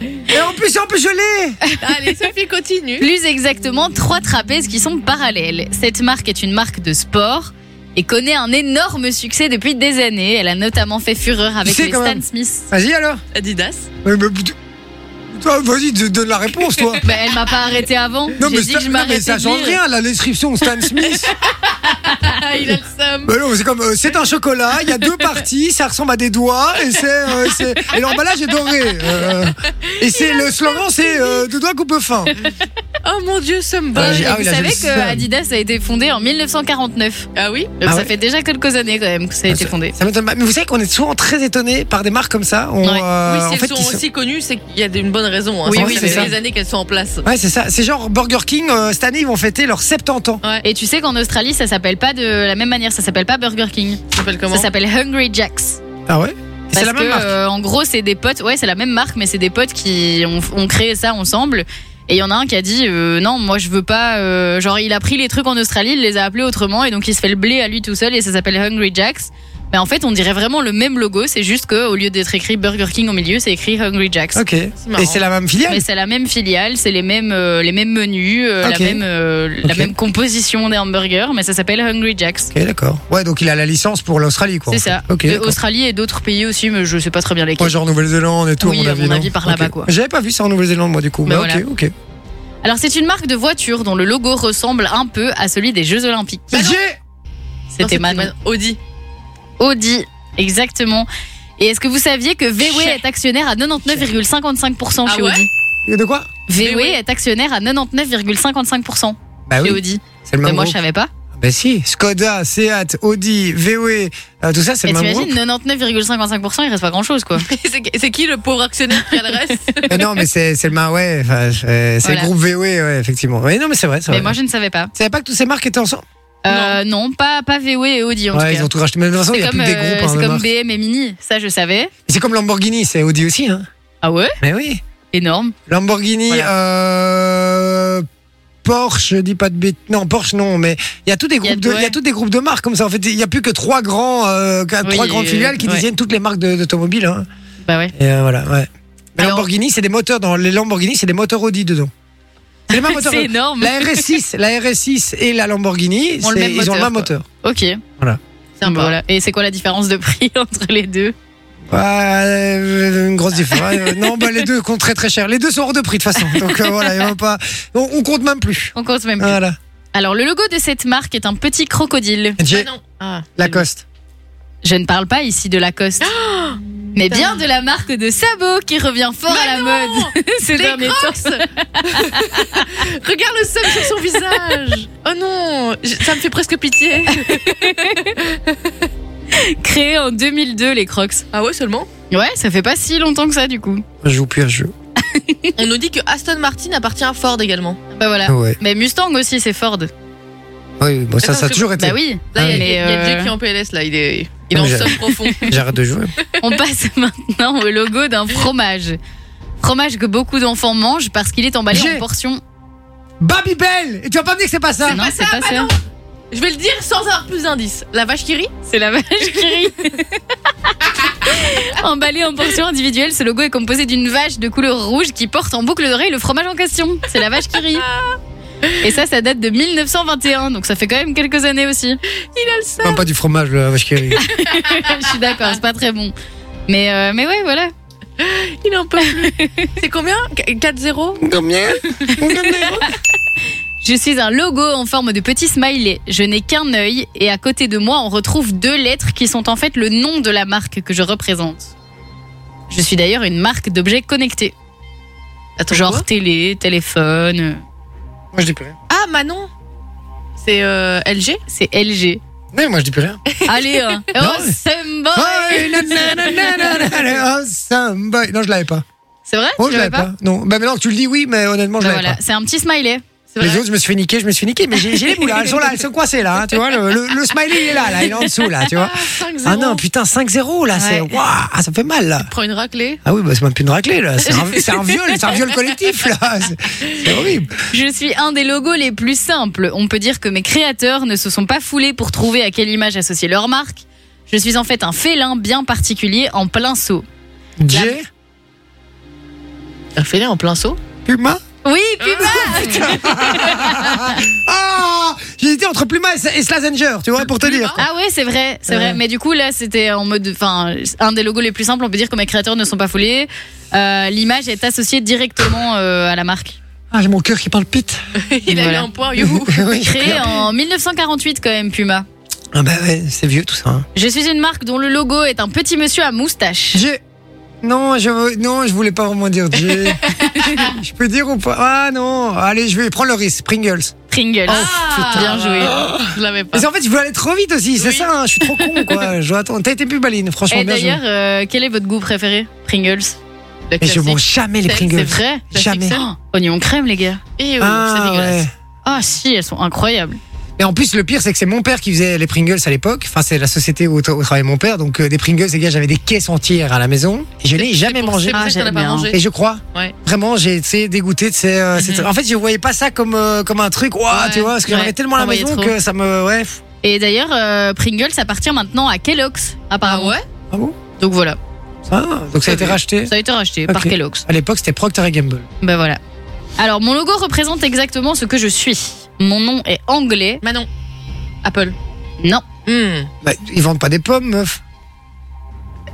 A: et en plus, en plus, je l'ai.
C: Allez, Sophie, continue.
B: plus exactement trois trapèzes qui sont parallèles. Cette marque est une marque de sport et connaît un énorme succès depuis des années. Elle a notamment fait fureur avec
A: sais
B: les
A: quand
B: Stan
A: même.
B: Smith.
A: Vas-y alors.
C: Adidas.
A: Mais, mais, putain, toi, vas-y, de- donne la réponse, toi.
B: Bah, elle m'a pas arrêté avant.
A: Non, mais,
B: J'ai dit
A: ça-
B: que je
A: non, mais
B: m'arrêtais
A: ça
B: de
A: change
B: dire.
A: rien, la description Stan Smith.
C: Ah, il a le seum.
A: Bah non, c'est comme, euh, c'est un chocolat, il y a deux parties, ça ressemble à des doigts, et c'est, euh, c'est- et l'emballage est doré. euh, et c'est, le slogan, c'est euh, deux doigts coupe fin.
C: Oh mon dieu, seum
A: Ah,
B: Euh,
A: j'ai-
B: et
A: ah oui,
B: vous
A: là, j'ai
B: savez
A: le
B: que
A: seum.
B: Adidas a été fondé en 1949.
C: Ah oui
B: Donc
A: Ah
B: ça
A: ouais Ah,
B: fait déjà quelques années quand même que ça a été fondé.
A: Ça m'étonne pas. Mais vous savez qu'on est souvent très étonné par des marques comme ça. On,
B: Ouais.
A: euh,
C: Oui, si
A: en
C: elles
A: fait, qui
C: sont
A: sont-
C: aussi connues, c'est qu'il y a une bonne raison. Hein.
A: Oui,
C: Ça
A: oui,
C: fait
A: c'est ça.
C: des années qu'elles sont en place.
A: Ouais, c'est ça. C'est genre Burger King, euh, cette année, ils vont fêter leurs 70 ans.
B: Et tu sais qu'en Australie, ça s'appelle pas de la même manière, ça s'appelle pas Burger King,
C: Ça s'appelle comment
B: ça s'appelle Hungry Jacks.
A: Ah ouais? Et C'est
B: Parce
A: la même
B: que,
A: marque.
B: euh, en gros, c'est des potes, ouais, c'est la même marque, mais c'est des potes qui ont, ont créé ça ensemble. Et il y en a un qui a dit euh, non, moi je veux pas. euh, genre, il a pris les trucs en Australie, il les a appelés autrement, et donc il se fait le blé à lui tout seul, et ça s'appelle Hungry Jacks. Mais en fait, on dirait vraiment le même logo, c'est juste qu'au lieu d'être écrit Burger King au milieu, c'est écrit Hungry Jacks.
A: Ok.
C: marrant.
A: Et c'est la même filiale?
B: Mais c'est la même filiale, c'est les mêmes, euh, les mêmes menus, euh,
A: Ok.
B: la, même, euh, la
A: Ok.
B: même composition des hamburgers, mais ça s'appelle Hungry Jack's.
A: Ok, d'accord. Ouais, donc il a la licence pour l'Australie, quoi.
B: C'est
A: en fait.
B: ça.
A: Ok.
B: De
A: d'accord.
B: Australie et d'autres pays aussi, mais je sais pas très bien lesquels.
A: Ouais, genre Nouvelle-Zélande et tout,
B: Oui,
A: à mon
B: à
A: avis.
B: mon
A: non
B: avis, par
A: Ok.
B: là-bas, quoi.
A: J'avais pas vu ça en Nouvelle-Zélande, moi, du coup.
B: Bah
A: Mais
B: voilà.
A: ok, ok.
B: Alors, c'est une marque de voiture dont le logo ressemble un peu à celui des Jeux Olympiques.
A: Mais j'ai-
C: Non,
B: C'était Manon.
C: Audi.
B: Audi, exactement. Et est-ce que vous saviez que VW
C: Chez.
B: est actionnaire
A: Ah
B: à 99,55%
C: Ah
B: chez
C: ouais
B: Audi
A: De quoi
B: VW
C: VW
B: est actionnaire à 99,55%
A: Bah
B: chez
A: oui,
B: Audi.
A: c'est le
B: Mais
A: même
B: moi, je
A: groupe.
B: savais pas.
A: Bah Ben si, Skoda, Seat, Audi, VW, euh, tout ça, c'est
B: Mais
A: le même
B: t'imagines,
A: groupe.
B: 99,55%, il reste pas grand chose quoi.
C: C'est- C'est qui le pauvre actionnaire qui a le reste
A: Mais Euh, non, mais c'est c'est le même, ouais, enfin, euh, c'est c'est
B: Voilà.
A: le groupe VW, ouais, effectivement. Mais non, mais c'est vrai, c'est
B: Mais
A: vrai.
B: moi je ne savais pas.
A: Tu savais pas que toutes ces marques étaient ensemble
B: Euh, non, pas, pas VW et Audi en
A: Ouais, ils
B: tout
A: ont
B: cas.
A: tout racheté. Mais de toute façon, il
B: C'est
A: y a
B: comme,
A: plus des
B: euh,
A: groupes. hein,
B: c'est
A: de
B: comme
A: marques.
B: BM et Mini, ça je savais.
A: C'est comme Lamborghini, c'est Audi aussi. Hein.
B: Ah ouais
A: Mais oui.
B: Énorme.
A: Lamborghini,
C: Voilà.
A: euh, Porsche, je dis pas de bêtises. Non, Porsche, non, mais il y a tous des
B: y a
A: groupes de,
B: tout,
A: il y a
B: ouais.
A: tous des groupes de marques comme ça. En fait, il y a plus que trois grands, euh, qu-
B: Oui,
A: trois grandes
B: euh,
A: filiales qui
B: ouais.
A: détiennent toutes les marques de- d'automobiles. Hein.
B: Bah ouais.
A: Et euh, voilà, ouais. Mais
B: Alors-
A: Lamborghini, c'est des moteurs. Dans les Lamborghini, c'est des moteurs Audi dedans. C'est les mêmes moteurs.
B: C'est énorme.
A: La RS6, la RS6 et la Lamborghini,
B: Ont le
A: c'est-
B: même
A: ils ont le
B: moteur,
A: même
B: quoi.
A: moteur.
B: Ok.
C: Sympa.
B: Voilà. Et c'est quoi la différence de prix entre les deux
A: Ouais, euh, une grosse différence. Euh, non, bah, les deux comptent très très cher. Les deux sont hors de prix de toute façon. Donc euh, voilà, il y en a pas. On, on compte même plus.
B: On compte même plus.
C: Ah.
A: Voilà.
B: Alors le logo de cette marque est un petit crocodile.
A: J'ai
C: Ah non. Ah,
A: Lacoste.
B: Je ne parle pas ici de Lacoste. mais bien de la marque de sabots qui revient fort
C: Mais
B: à la
C: non
B: mode ces
C: Les
B: derniers temps.
C: Regarde le seum sur son visage. Oh non, je- ça me fait presque pitié.
B: Créé en 2002 les Crocs.
C: Ah ouais seulement
B: Ouais, ça fait pas si longtemps que ça du coup.
A: Je joue plus à ce jeu.
C: On nous dit que Aston Martin appartient à Ford également.
B: Bah
C: Oh.
B: voilà.
A: Ouais.
B: Mais Mustang aussi c'est Ford.
A: Oui, bon, ça,
C: Attends,
A: ça a
C: je-
A: toujours été.
B: Bah oui.
C: Là, Ah il y a-
B: Mais,
C: il y, a
B: euh,
C: Dieu qui est en PLS, là, il est, il est en
A: Je-
C: somme profond.
A: J'arrête de jouer.
B: On passe maintenant au logo d'un fromage. Fromage que beaucoup d'enfants mangent parce qu'il est emballé
A: J'ai-
B: en portions.
A: Babybel Et tu vas pas me dire que c'est pas ça
B: non, c'est pas ça.
C: Je vais le dire sans avoir plus d'indices. La vache qui rit
B: C'est la vache qui rit. Emballé en portions individuelles, ce logo est composé d'une vache de couleur rouge qui porte en boucle d'oreille le fromage en question. C'est la vache qui rit. Et ça, ça date de 1921, donc ça fait quand même quelques années aussi.
C: Il a le seum.
A: Non, pas du fromage, la vache qui rit.
B: Je suis d'accord, c'est pas très bon. Mais, euh, mais ouais, voilà.
C: Il en peut plus. C'est combien Qu- 4-0
A: Combien
B: Je suis un logo en forme de petit smiley. Je n'ai qu'un œil et à côté de moi, on retrouve deux lettres qui sont en fait le nom de la marque que je représente. Je suis d'ailleurs une marque d'objets connectés.
C: Attends,
B: Genre
C: quoi
B: télé, téléphone.
A: Moi, je dis plus rien.
C: Ah, Manon C'est euh, LG
B: C'est LG.
A: Non, moi, je dis plus rien.
B: Allez, hein. oh, some boy.
A: Oh, nananana, oh, some boy. Non, je l'avais pas.
B: C'est vrai
A: Oh,
B: Tu
A: je l'avais
B: l'avais
C: hein.
A: pas. Non, bah maintenant que tu le dis, oui, mais honnêtement, je
B: Bah
A: l'avais
B: voilà,
A: pas.
B: c'est un petit smiley.
C: C'est
A: Les
C: vrai
A: autres, je me suis fait niquer, je me suis fait niquer, mais j'ai j'ai les boules, hein, elles sont là, elles sont coincées là, hein, tu vois, le, le- le smiley il est là, là, il est en dessous là, tu vois.
C: Ah, 5-0.
A: Ah non, putain, 5-0 là, c'est.
B: Ouais.
A: Waouh, ça fait mal là.
C: Prends une raclée.
A: Ah oui, bah, c'est même plus une raclée là, c'est un, c'est un viol, c'est un viol collectif là, c'est c'est horrible.
B: Je suis un des logos les plus simples. On peut dire que mes créateurs ne se sont pas foulés pour trouver à quelle image associer leur marque. Je suis en fait un félin bien particulier en plein saut.
A: J,
C: Un félin en plein saut
A: Puma
B: Oui, Puma
A: Ah J'ai été entre Puma et, Sa- et Slazenger, tu vois, pour te dire. quoi.
B: Ah ouais, c'est vrai, c'est
A: Ouais.
B: vrai. Mais du coup, là, c'était en mode... Enfin, un des logos les plus simples, on peut dire que mes créateurs ne sont pas foulés. Euh, L'image est associée directement euh, à la marque.
A: Ah, j'ai mon cœur qui parle pite.
C: Il a
B: Voilà.
C: eu un point, youhou.
A: Oui.
B: Créé hein. en 1948 quand même, Puma.
A: Ah bah ouais, c'est vieux tout ça. hein.
B: Je suis une marque dont le logo est un petit monsieur à moustache.
A: J'ai. Non, je non, je voulais pas vraiment dire J. je peux dire ou pas Ah non, allez, je vais prendre le risque. Pringles.
B: Pringles.
C: Oh,
A: Oh,
B: bien joué.
C: Ah, Je l'avais pas.
A: Mais en fait, je veux aller trop vite aussi, c'est
C: Oui. Eh,
A: ça. hein, je suis trop con, quoi. Je dois attendre. T'as été plus baline, franchement.
B: Et
A: bien joué.
B: d'ailleurs, euh, quel est votre goût préféré Pringles.
A: Mais je
C: Le classique.
A: mange jamais les
C: C'est-
A: Pringles.
B: C'est vrai
A: Jamais.
B: Oh, Oignon crème, les gars.
C: Et euh, c'est
A: Ah,
C: dégueulasse.
A: ouais.
B: Ah si, elles sont incroyables.
A: Et en plus, le pire, c'est que c'est mon père qui faisait les Pringles à l'époque. Enfin, c'est la société où, tra- où travaillait mon père. Donc, euh, des Pringles, les gars, j'avais des caisses entières à la maison. Et je l'ai jamais
C: C'est pour-
A: mangé.
C: C'est pour
B: Ah,
C: ça que t'en as
B: j'aime
C: pas
B: bien.
C: mangé.
A: Et je crois.
C: Ouais.
A: Vraiment, j'ai été dégoûté de ces. euh, ces- En fait, je voyais pas ça comme, euh, comme un truc. Ouah,
C: Ouais,
A: tu vois, parce que j'en
B: Mhm. ouais.
A: avais tellement à la
B: T'en voyais
A: maison
B: trop.
A: que ça me. Ouais. pff.
B: Et d'ailleurs, euh, Pringles appartient maintenant à Kellogg's,
C: Ah
B: apparemment.
C: ouais
A: Ah bon
B: Donc voilà,
A: Ah, Donc, ça a été
C: Ouais.
A: racheté.
B: ça a été racheté par
A: Ok.
B: Kellogg's.
A: À l'époque, c'était Procter Gamble.
B: Ben voilà. Alors, mon logo représente exactement ce que je suis. Mon nom est anglais.
C: Manon. Apple.
B: Non.
C: Hmm.
A: Bah, ils vendent pas des pommes, meuf.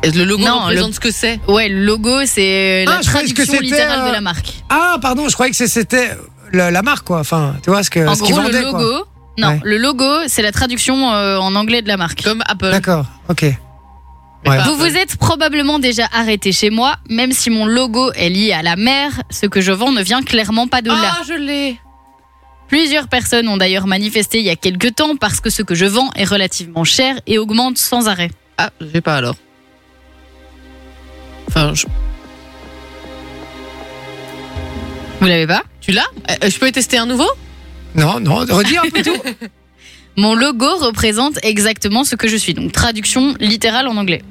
C: Et Le logo
B: Non,
C: représente ce que c'est.
B: Ouais, le logo, c'est la
A: Ah, je croyais que
B: traduction
A: c'était,
B: littérale
A: euh,
B: de la marque.
A: Ah, pardon, je croyais que c'est- c'était la, la marque, quoi. Enfin, tu vois, ce que
B: En
A: euh, ce qu'ils
B: gros, le
A: vendaient, quoi.
B: logo. Non,
A: Ouais.
B: le logo, c'est la traduction euh, en anglais de la marque.
C: Comme Apple.
A: D'accord, ok. Ouais.
B: Vous vous êtes probablement déjà arrêté chez moi, même si mon logo est lié à la mer, ce que je vends ne vient clairement pas de là.
C: Ah, je l'ai.
B: Plusieurs personnes ont d'ailleurs manifesté il y a quelques temps parce que ce que je vends est relativement cher et augmente sans arrêt.
C: Ah, je vais pas alors. Enfin, je-
B: Vous l'avez pas
C: tu l'as Euh, Je peux tester un nouveau
A: Non, non, redis un peu tout.
B: Mon logo représente exactement ce que je suis. Donc traduction littérale en anglais.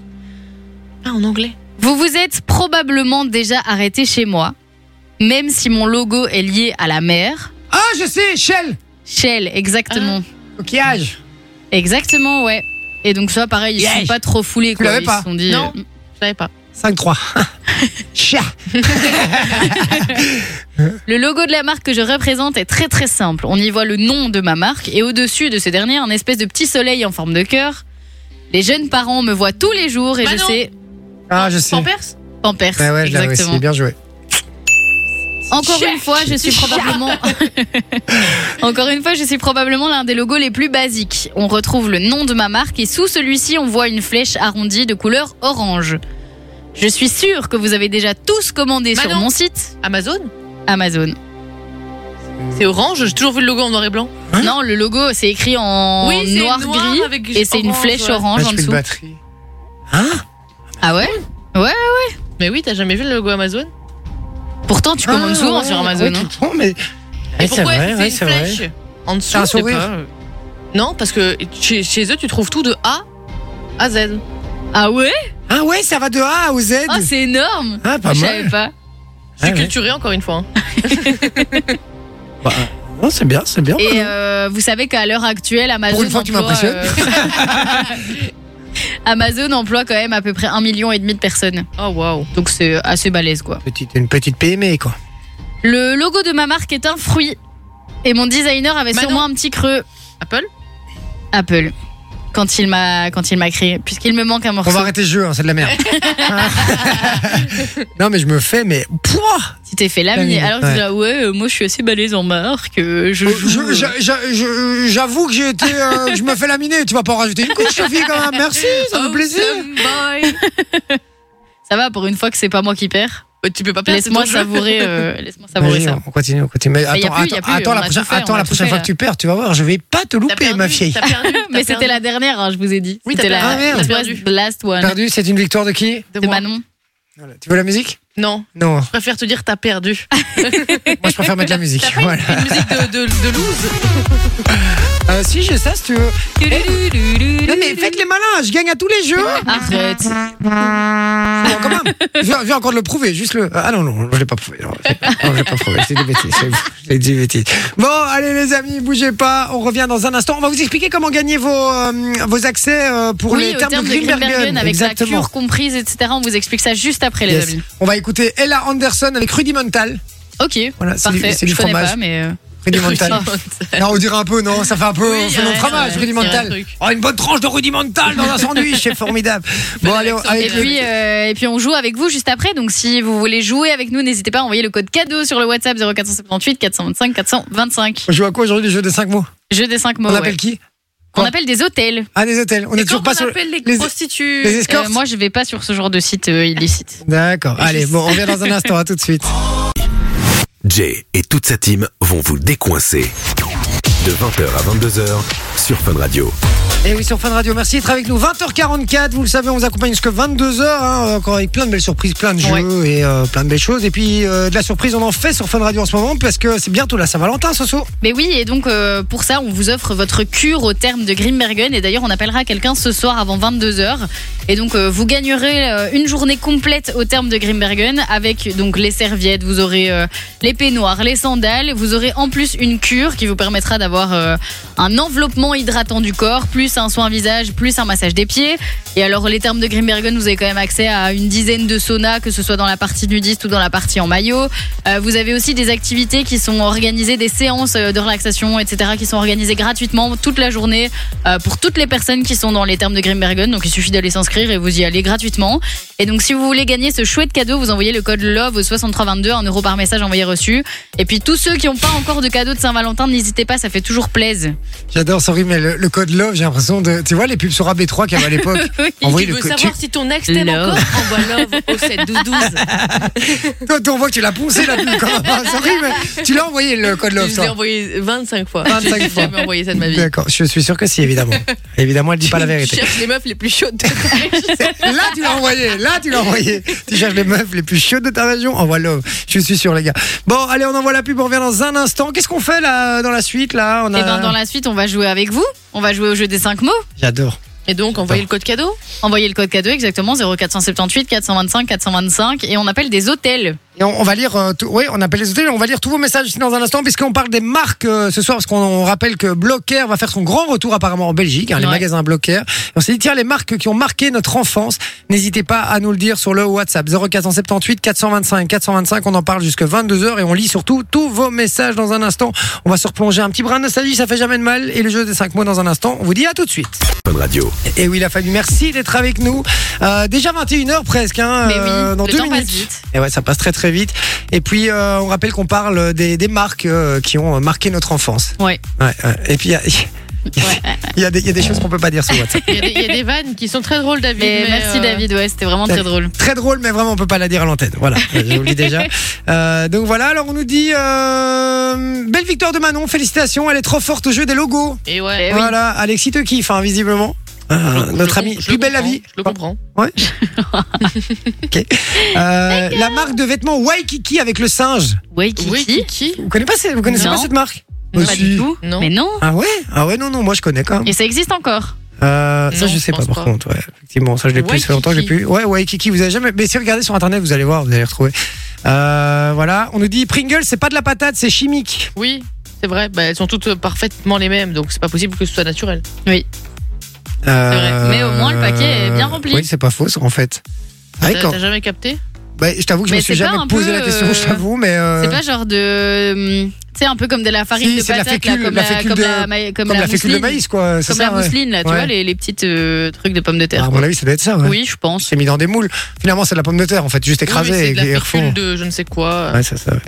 C: Ah, en anglais.
B: Vous vous êtes probablement déjà arrêté chez moi, même si mon logo est lié à la mer.
A: Ah, je sais, Shell,
B: Shell, exactement.
A: coquillage.
B: Exactement, ouais. Et donc ça, pareil, ils
A: Yeah.
B: sont pas trop foulés. Quoi.
A: l'avez
B: Ils
A: pas
B: se sont dit,
C: Non.
B: euh,
C: Je savais pas.
A: 5-3. Chia.
B: Le logo de la marque que je représente est très très simple. On y voit le nom de ma marque et au-dessus de ce dernier, un espèce de petit soleil en forme de cœur. Les jeunes parents me voient tous les jours et
C: Bah
B: je
C: non.
B: sais
A: Ah, je sais.
C: Pampers
B: Pampers.
A: Ouais, ouais, je l'avais
B: exactement.
A: aussi, bien joué.
B: Encore une fois, je suis probablement. Encore une fois, je suis probablement l'un des logos les plus basiques. On retrouve le nom de ma marque et sous celui-ci, on voit une flèche arrondie de couleur orange. Je suis sûre que vous avez déjà tous commandé
C: Bah
B: sur
C: non.
B: mon site
C: Amazon
B: Amazon.
C: C'est orange, j'ai toujours vu le logo en noir et blanc.
A: Hein
B: non, le logo, c'est écrit en
C: Oui, c'est
B: noir-gris
C: noir avec
B: et c'est une
C: orange,
B: flèche
C: ouais.
B: orange
A: Là, Ah, je fais
B: en
A: une
B: dessous.
A: batterie. Hein
B: Ah ouais
C: Mais oui, t'as jamais vu le logo Amazon
B: Pourtant, tu commandes
A: Ah,
B: souvent
A: ouais,
B: sur Amazon.
A: ouais, tout
B: hein.
A: le temps, mais. Ouais,
C: Et
A: Eh, c'est
C: pourquoi
A: vrai,
C: c'est
A: ouais,
C: une
A: c'est vrai.
C: flèche En dessous,
A: T'as un
C: je sais
A: sourire.
C: pas. Non, parce que chez, chez eux, tu trouves tout de A à Z.
B: Ah ouais
A: Ah ouais, ça va de A au Z.
B: Ah, c'est énorme
A: Ah, pas
B: Je
A: mal.
B: savais pas.
C: Je suis
A: Ah Ouais, ouais.
C: culturé encore une fois. hein.
A: Bah, non, c'est bien, c'est bien.
B: Et euh, vous savez qu'à l'heure actuelle, Amazon.
A: une fois, tu
B: emploie,
A: m'impressionnes.
B: euh, Amazon emploie quand même à peu près un million et demi de personnes.
C: Oh waouh.
B: Donc c'est assez balèze quoi.
A: Petite, une petite PME, quoi.
B: Le logo de ma marque est un fruit. Et mon designer avait
C: Manon.
B: sûrement un petit creux.
C: Apple
B: Apple. Quand il m'a quand il m'a créé, puisqu'il me manque un
A: On
B: morceau.
A: va arrêter le jeu, hein, c'est de la merde. non, mais je me fais, mais. Pouah
B: Tu t'es fait
A: Terminé,
B: lamier. Alors que
A: ouais.
B: tu dis, ah ouais, euh, moi je suis assez balèze en marque. euh, Je
A: Je-
B: joue.
A: je-
B: euh,
A: je- je- J'avoue que j'ai été. euh, que je me fais laminer. Tu vas pas en rajouter une couche, Sophie, quand même. Merci, ça
B: Oh,
A: me fait plaisir.
C: Awesome boy.
B: Ça va pour une fois que c'est pas moi qui perds.
C: Euh, tu peux pas perdre. c'est
B: Laisse-moi
C: ton jeu.
B: savourer. euh, Laisse-moi savourer
A: Vas-y,
B: ça.
A: On continue, on continue. Mais
B: Mais y a
A: attends,
B: plus, y a
A: attends,
B: plus,
A: attends
B: on
A: la
B: a tout
A: prochaine,
B: fait,
A: attends
B: on a
A: la
B: tout
A: prochaine
B: fait,
A: fois
B: là.
A: que tu perds, tu vas voir, je vais pas te
C: T'as
A: louper,
C: perdu,
A: ma fille.
C: T'as perdu.
B: Mais c'était la dernière, hein, je vous ai dit.
C: Oui, t'as
B: c'était la
A: perdu. Ah, merde.
B: la
C: T'as perdu.
B: last- last one
A: Perdu, c'est une victoire de qui
B: de Manon.
A: Voilà. Tu veux la musique
C: Non,
A: Non,
C: je préfère te dire t'as perdu.
A: moi je préfère mettre la musique.
C: T'as pas
A: Voilà.
C: une, une musique de, de, de loose Eh
A: Euh, si j'ai ça, si tu veux. Non mais faites les malins, je gagne à tous les jeux.
B: Arrête.
A: Non, quand même. Je viens- je viens encore de le prouver, juste le. Ah non, non, je l'ai pas prouvé. Non, je l'ai pas prouvé. C'est des bêtises. c'est- C'est des bêtises. Bon, allez, les amis, bougez pas. On revient dans un instant. On va vous expliquer comment gagner vos, euh, vos accès euh, pour
B: oui,
A: les
B: au
A: termes
B: terme
A: de
B: de Grimbergen,
A: Grimbergen.
B: avec la
A: Exactement.
B: cure comprise, etc. On vous explique ça juste après, les
A: Yes.
B: amis.
A: On va écouter Ella Anderson avec Rudimental.
B: Ok,
A: Voilà, c'est du,
B: parfait.
A: c'est du
B: je connais
A: fromage.
B: pas, mais. euh,
A: Rudimental. Non, on dirait un peu, non Ça fait un peu
C: Oui,
A: faisons
C: ouais,
A: fromage,
C: ouais,
A: rudimental.
C: c'est un truc.
A: Oh, une bonne tranche de rudimental dans un sandwich, c'est formidable. Bon, allez, on-
C: l'accent
A: avec
B: Et
A: le-
B: puis, euh, et puis on joue avec vous juste après. Donc si vous voulez jouer avec nous, n'hésitez pas à envoyer le code cadeau sur le WhatsApp 0478 425 425.
A: on joue à quoi aujourd'hui, le jeu des 5 mots
B: Jeu des 5 mots.
A: On
B: ouais.
A: appelle qui
B: On appelle des hôtels.
A: Ah, des hôtels. On est
C: Et
A: toujours
C: quand
A: pas sur
C: on appelle les,
A: les-
C: prostituées
A: les
B: Euh,
A: escorts.
B: moi, je vais pas sur ce genre de site euh, illicite.
A: D'accord. Allez, bon, on revient dans un instant, à tout de suite.
D: Jay et toute sa team vont vous décoincer. De 20h à 22h sur Fun Radio.
A: Et oui, sur Fun Radio, merci d'être avec nous. 20h44, vous le savez, on vous accompagne jusqu'à 22h, hein, encore avec plein de belles surprises, plein de jeux et euh, plein de belles choses. Et puis, euh, de la surprise, on en fait sur Fun Radio en ce moment parce que c'est bientôt la Saint-Valentin, Soso.
B: Mais oui, et donc euh, pour ça, on vous offre votre cure au terme de Grimbergen. Et d'ailleurs, on appellera quelqu'un ce soir avant 22h. Et donc, euh, vous gagnerez euh, une journée complète au terme de Grimbergen avec donc les serviettes, vous aurez euh, les peignoirs, les sandales. Vous aurez en plus une cure qui vous permettra d'avoir euh, un enveloppement hydratant du corps, plus un soin visage, plus un massage des pieds. Et alors, les termes de Grimbergen, vous avez quand même accès à une dizaine de saunas, que ce soit dans la partie nudiste ou dans la partie en maillot. Euh, vous avez aussi des activités qui sont organisées, des séances euh, de relaxation, etc., qui sont organisées gratuitement toute la journée euh, pour toutes les personnes qui sont dans les termes de Grimbergen. Donc, il suffit d'aller s'inscrire et vous y allez gratuitement. Et donc, si vous voulez gagner ce chouette cadeau, vous envoyez le code LOVE au 6322, 1 euro par message envoyé reçu. Et puis, tous ceux qui n'ont pas encore de cadeau de Saint-Valentin, n'hésitez pas, ça fait toujours plaise.
A: J'adore, sorry, mais le, le code love, j'ai l'impression de. Tu vois les pubs sur AB3 qu'il y avait à l'époque Envoyez
C: tu
A: le
C: veux
A: co-
C: savoir si ton ex t'aime
B: Love.
C: encore Envoie love au 7 12 12.
A: tu- Toi, on voit que tu l'as poncé la pub quand même. Sorry, mais tu l'as envoyé le code love,
C: Je l'ai
A: toi.
C: envoyé 25 fois.
A: 25
C: J'ai
A: fois.
C: jamais envoyé ça de ma vie.
A: D'accord, je suis sûr que si, évidemment. évidemment, elle dit pas la
C: Je
A: vérité.
C: cherche les meufs les plus chaudes. de-
A: Là, tu l'as envoyé. Là, tu l'as envoyé. Tu cherches les meufs les plus chaudes de ta région. Envoie love. Je suis sûr, les gars. Bon, allez, on envoie la pub. On revient dans un instant. Qu'est-ce qu'on fait là dans la suite là On a.
B: Et ben, dans la suite, on va jouer avec vous. On va jouer au jeu des 5 mots.
A: J'adore.
C: Et donc, envoyer le code cadeau
B: Envoyez le code cadeau exactement 0478 425 425 et on appelle des hôtels.
A: Et on, on va lire, euh, tout- oui, on appelle les hôtels, on va lire tous vos messages ici dans un instant, puisqu'on parle des marques euh, ce soir, parce qu'on on rappelle que Blocker va faire son grand retour apparemment en Belgique, hein, les
B: Ouais.
A: magasins Blocker. Et on s'est dit, tiens, les marques qui ont marqué notre enfance, n'hésitez pas à nous le dire sur le WhatsApp 0478 425 425, on en parle jusque 22h et on lit surtout tous vos messages dans un instant. On va se replonger un petit brin de nostalgie, ça fait jamais de mal, et le jeu des 5 mots dans un instant. On vous dit à tout de suite.
D: Fun Radio.
A: Et oui, la famille, merci d'être avec nous. Euh, déjà 21h presque, hein,
B: Mais
A: euh,
B: oui,
A: dans
B: le
A: deux
B: temps
A: minutes.
B: passe vite.
A: Et ouais, ça passe très très vite. Et puis, euh, on rappelle qu'on parle des, des marques euh, qui ont marqué notre enfance.
B: Ouais.
A: Ouais, ouais. Et puis, il y a, il y a- il y a des- il y a des choses qu'on peut pas dire sur WhatsApp.
C: Il y, a des- il y a des vannes qui sont très drôles, David.
B: Mais merci
C: euh,
B: David, ouais, c'était vraiment
A: David.
B: très drôle.
A: Très drôle, mais vraiment, on peut pas la dire à l'antenne. Voilà, euh, j'ai oublié déjà. Euh, donc voilà, alors on nous dit euh, belle victoire de Manon, félicitations, elle est trop forte au jeu des logos.
C: Et ouais.
B: oui.
A: Voilà, Alexis te kiffe, hein, visiblement. Euh,
C: Eh Je
A: notre
C: le
A: ami,
C: com- je
A: plus
C: le
A: belle la
C: comprends,
A: vie.
C: Je le comprends.
A: Ouais. ok. Euh, la marque de vêtements Waikiki avec le singe.
B: Waikiki
C: Oui, qui, qui
A: Vous connaissez pas, ce- vous connaissez
B: Non.
A: pas cette marque
B: Non,
A: Bah,
B: Pas
A: si.
B: du tout.
C: Non.
B: Mais non.
A: Ah ouais Ah ouais, non, non, moi je connais quand même.
B: Et ça existe encore.
A: Euh, ça,
C: Non,
A: je sais
C: je
A: pas,
C: pense
A: par
C: pas.
A: contre, ouais. Effectivement, ça, je l'ai plus, ça fait longtemps que je l'ai plus. Ouais, ouais, Kiki, vous avez jamais. Mais si regardez sur internet, vous allez voir, vous allez les retrouver. Euh, voilà, on nous dit Pringles, c'est pas de la patate, c'est chimique.
C: Oui, c'est vrai. Bah, elles sont toutes euh, parfaitement les mêmes, donc c'est pas possible que ce soit naturel.
A: Euh,
B: vrai. Mais au moins, le paquet est bien rempli.
A: Oui, c'est pas faux, ça, en fait. Ouais,
C: T'as
A: quand-
C: t'as jamais capté
A: bah, je t'avoue que je me
B: Mais
A: suis
B: c'est pas
A: jamais
B: un
A: posé
B: peu,
A: la question, je
B: euh,
A: t'avoue, mais. euh,
B: C'est pas genre de. hum, Tu sais, un peu comme de la farine
A: Si,
B: de
A: c'est de
B: patate,
A: la fécule-
B: là, comme
A: la
B: la,
A: fécule
B: comme
A: de-
B: la ma- comme
A: comme
B: la
A: la fécule de
B: mousseline.
A: maïs, quoi. c'est
B: Comme
A: ça,
B: la
A: ouais.
B: mousseline, là, tu
A: Ouais.
B: vois, les, les petites euh, trucs de pommes de
A: À
B: terre.
A: mon avis, ça doit être ça, ouais.
B: Oui, je pense.
A: C'est mis dans des moules. Finalement, c'est de la pomme de terre, en fait, juste écrasée
C: Oui, mais
A: et,
C: C'est de
A: et
C: la
A: refond.
C: fécule de je ne sais quoi.
A: Ouais, c'est ça. ouais.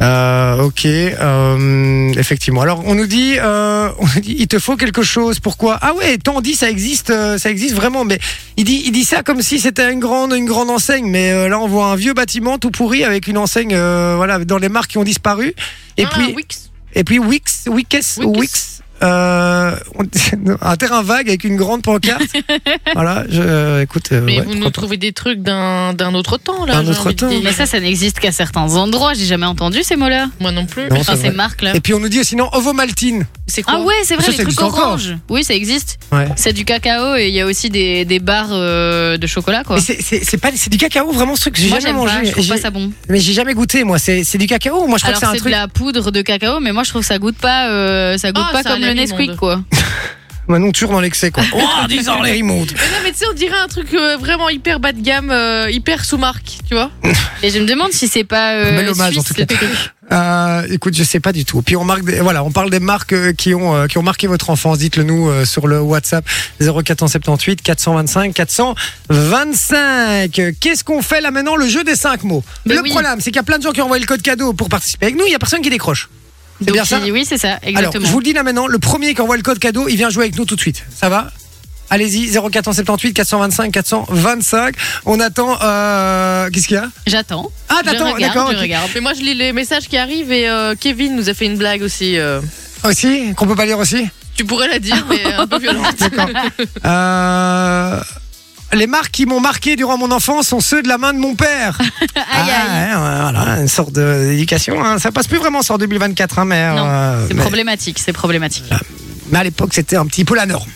A: Euh, ok, euh, effectivement. Alors, on nous dit, euh, on nous dit, il te faut quelque chose. Pourquoi Ah ouais, Tandy, ça existe, euh, ça existe vraiment. Mais il dit, il dit ça comme si c'était une grande, une grande enseigne. Mais euh, là, on voit un vieux bâtiment tout pourri avec une enseigne, euh, voilà, dans les marques qui ont disparu. Et
C: Ah,
A: puis, euh,
C: Wix.
A: et puis Wix, Wix,
C: Wix.
A: Wix. euh, on- un terrain vague avec une grande pancarte. voilà, je, euh, écoute. euh, ouais,
C: Mais vous nous
A: pourquoi pas.
C: trouvez des trucs d'un d'un autre temps, là.
A: D'un
C: j'ai
A: autre
C: envie de
A: temps.
C: dire.
B: Mais ça, ça n'existe qu'à certains endroits. J'ai jamais entendu ces mots-là.
C: moi non plus.
A: Non,
B: Enfin,
A: c'est
B: ces
A: vrai.
B: marques-là.
A: Et puis on nous dit aussi non, Ovomaltine.
C: C'est quoi
B: Ah ouais, c'est vrai,
A: Ça,
B: les
A: ça
B: trucs
A: existe encore.
B: orange. Oui, ça existe.
A: Ouais.
B: C'est du cacao et il y a aussi des, des barres euh, de chocolat, quoi.
A: Mais c'est- c'est c'est pas c'est du cacao vraiment ce truc que j'ai
B: Moi,
A: jamais
B: j'aime
A: mangé.
B: pas, je trouve
A: J'ai-
B: pas ça bon.
A: Mais j'ai jamais goûté moi. C'est c'est du cacao. Moi je crois
B: Alors,
A: que c'est un
B: c'est de
A: truc.
B: la poudre de cacao, mais moi, je trouve que ça goûte pas, euh, ça goûte
C: Ah,
B: pas
C: ça a
B: comme
C: l'air
B: le Nesquik,
C: immonde.
B: quoi.
A: Manon tu dans l'excès quoi. Oh disons les immondes.
C: Mais non, mais tu sais, on dirait un truc euh, vraiment hyper bas de gamme, euh, hyper sous-marque, tu vois.
B: Et je me demande si c'est pas. euh,
A: Bel hommage, en
B: suisse,
A: tout cas.
B: le truc.
A: Euh, écoute je sais pas du tout. Puis on marque des- voilà on parle des marques euh, qui ont euh, qui ont marqué votre enfance. Dites-le nous euh, sur le WhatsApp 0478 425 425. Euh, Qu'est-ce qu'on fait là maintenant le jeu des cinq mots.
B: Ben
A: le
B: oui.
A: problème c'est qu'il y a plein de gens qui ont envoyé le code cadeau pour participer avec nous. Il y a personne qui décroche. C'est
B: Donc,
A: bien ça
B: il- Oui, c'est ça,
A: Alors,
B: exactement.
A: je vous le dis là maintenant, le premier qui envoie le code cadeau, il vient jouer avec nous tout de suite. Ça va Allez-y, 0478 425 425. On attend. Euh... Qu'est-ce qu'il y a
B: J'attends.
A: Ah,
B: Je
A: t'attends,
B: regarde,
A: d'accord.
B: Je
A: ok.
B: regarde.
C: Mais moi, je lis les messages qui arrivent et euh, Kevin nous a fait une blague aussi. euh.
A: Aussi Qu'on peut pas lire aussi
C: Tu pourrais la dire, mais un peu violente.
A: D'accord. Euh, Les marques qui m'ont marqué durant mon enfance sont ceux de la main de mon père.
B: Aïe, aïe.
A: Ah, ouais, ouais, voilà, une sorte de- d'éducation. hein. Ça passe plus vraiment sur 2024, hein, mais,
B: Non,
A: euh,
B: C'est
A: mais, Ah.
B: problématique, c'est problématique.
A: mais à l'époque, c'était un petit peu la norme.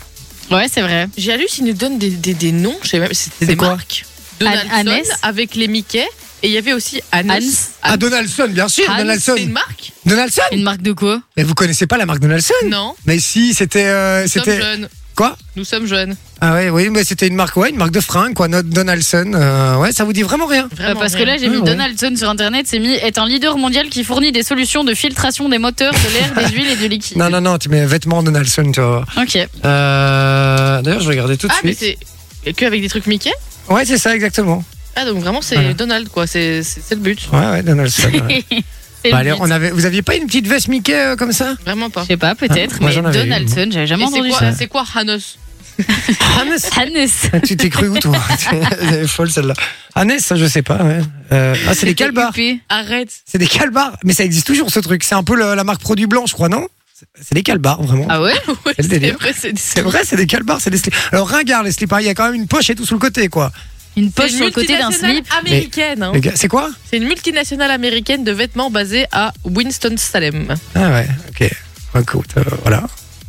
B: Ouais, c'est vrai.
C: J'ai lu s'il nous donne des, des, des noms, je sais même, c'était des
A: quoi
C: marques. Donaldson
B: An- Annès
C: avec les Mickey et il y avait aussi Anne.
B: Hans.
A: Ah, Donaldson, bien sûr,
C: Anne,
A: Donaldson.
C: C'est une marque
A: Donaldson
B: Une marque de quoi Euh,
A: Mais vous connaissez pas la marque Donaldson
C: Non.
A: Mais si, c'était. euh,
C: Nous sommes
A: c'était
C: jeunes.
A: quoi
C: Nous sommes jeunes.
B: Bah,
A: Ah ouais, oui, mais c'était une marque, ouais, une marque de fringues, quoi. Notre Donaldson, euh, ouais, ça vous dit vraiment rien.
B: Bah,
C: Vraiment,
B: Parce que
C: vraiment.
B: là, j'ai mis
A: Ah ouais.
B: Donaldson sur internet, c'est mis est un leader mondial qui fournit des solutions de filtration des moteurs, de l'air, des huiles et du liquide.
A: Non, non, non, tu mets vêtements Donaldson, tu vois.
B: Ok.
A: Euh, D'ailleurs, je vais regarder tout de
C: Ah, mais
A: suite.
C: c'est que avec des trucs Mickey
A: Ouais, c'est ça, exactement.
C: Ah, donc vraiment, c'est
A: Voilà.
C: Donald, quoi. C'est c'est- c'est le but.
A: Ouais, ouais, Donaldson. ouais.
B: C'est
A: Bah, allez,
B: le but.
A: on avait, vous aviez pas une petite veste Mickey euh, comme ça
C: Vraiment pas.
B: Je sais pas, peut-être,
A: Ah, moi,
B: mais
A: j'en avais une.
B: Donaldson, j'avais jamais
C: Et c'est
B: entendu
C: quoi-
B: ça.
C: C'est quoi Hanos
A: Hannes
B: Hannes.
A: Ah, Tu t'es cru où toi Elle est folle celle-là. Hannes, ça, je sais pas. ouais. Euh, ah, c'est des calbars.
B: Huppé.
C: Arrête.
A: C'est des calbars. Mais ça existe toujours ce truc. C'est un peu le- la marque produit blanc, je crois, non C'est- C'est des calbars, vraiment.
B: Ah ouais
C: Ouais,
A: le
C: c'est
A: délire.
C: vrai, c'est
A: C'est vrai, c'est des calbars, c'est des slips. Alors ringard les slips, hein. il y a quand même une poche et tout sur le côté quoi.
B: Une
C: C'est
B: poche
C: une
B: sur le côté d'un
C: multinationale
B: slip.
C: américaine. hein.
A: Les gars, C'est quoi
C: C'est une multinationale américaine de vêtements basée à Winston-Salem.
A: Ah ouais, ok. Ouais, écoute, euh, voilà.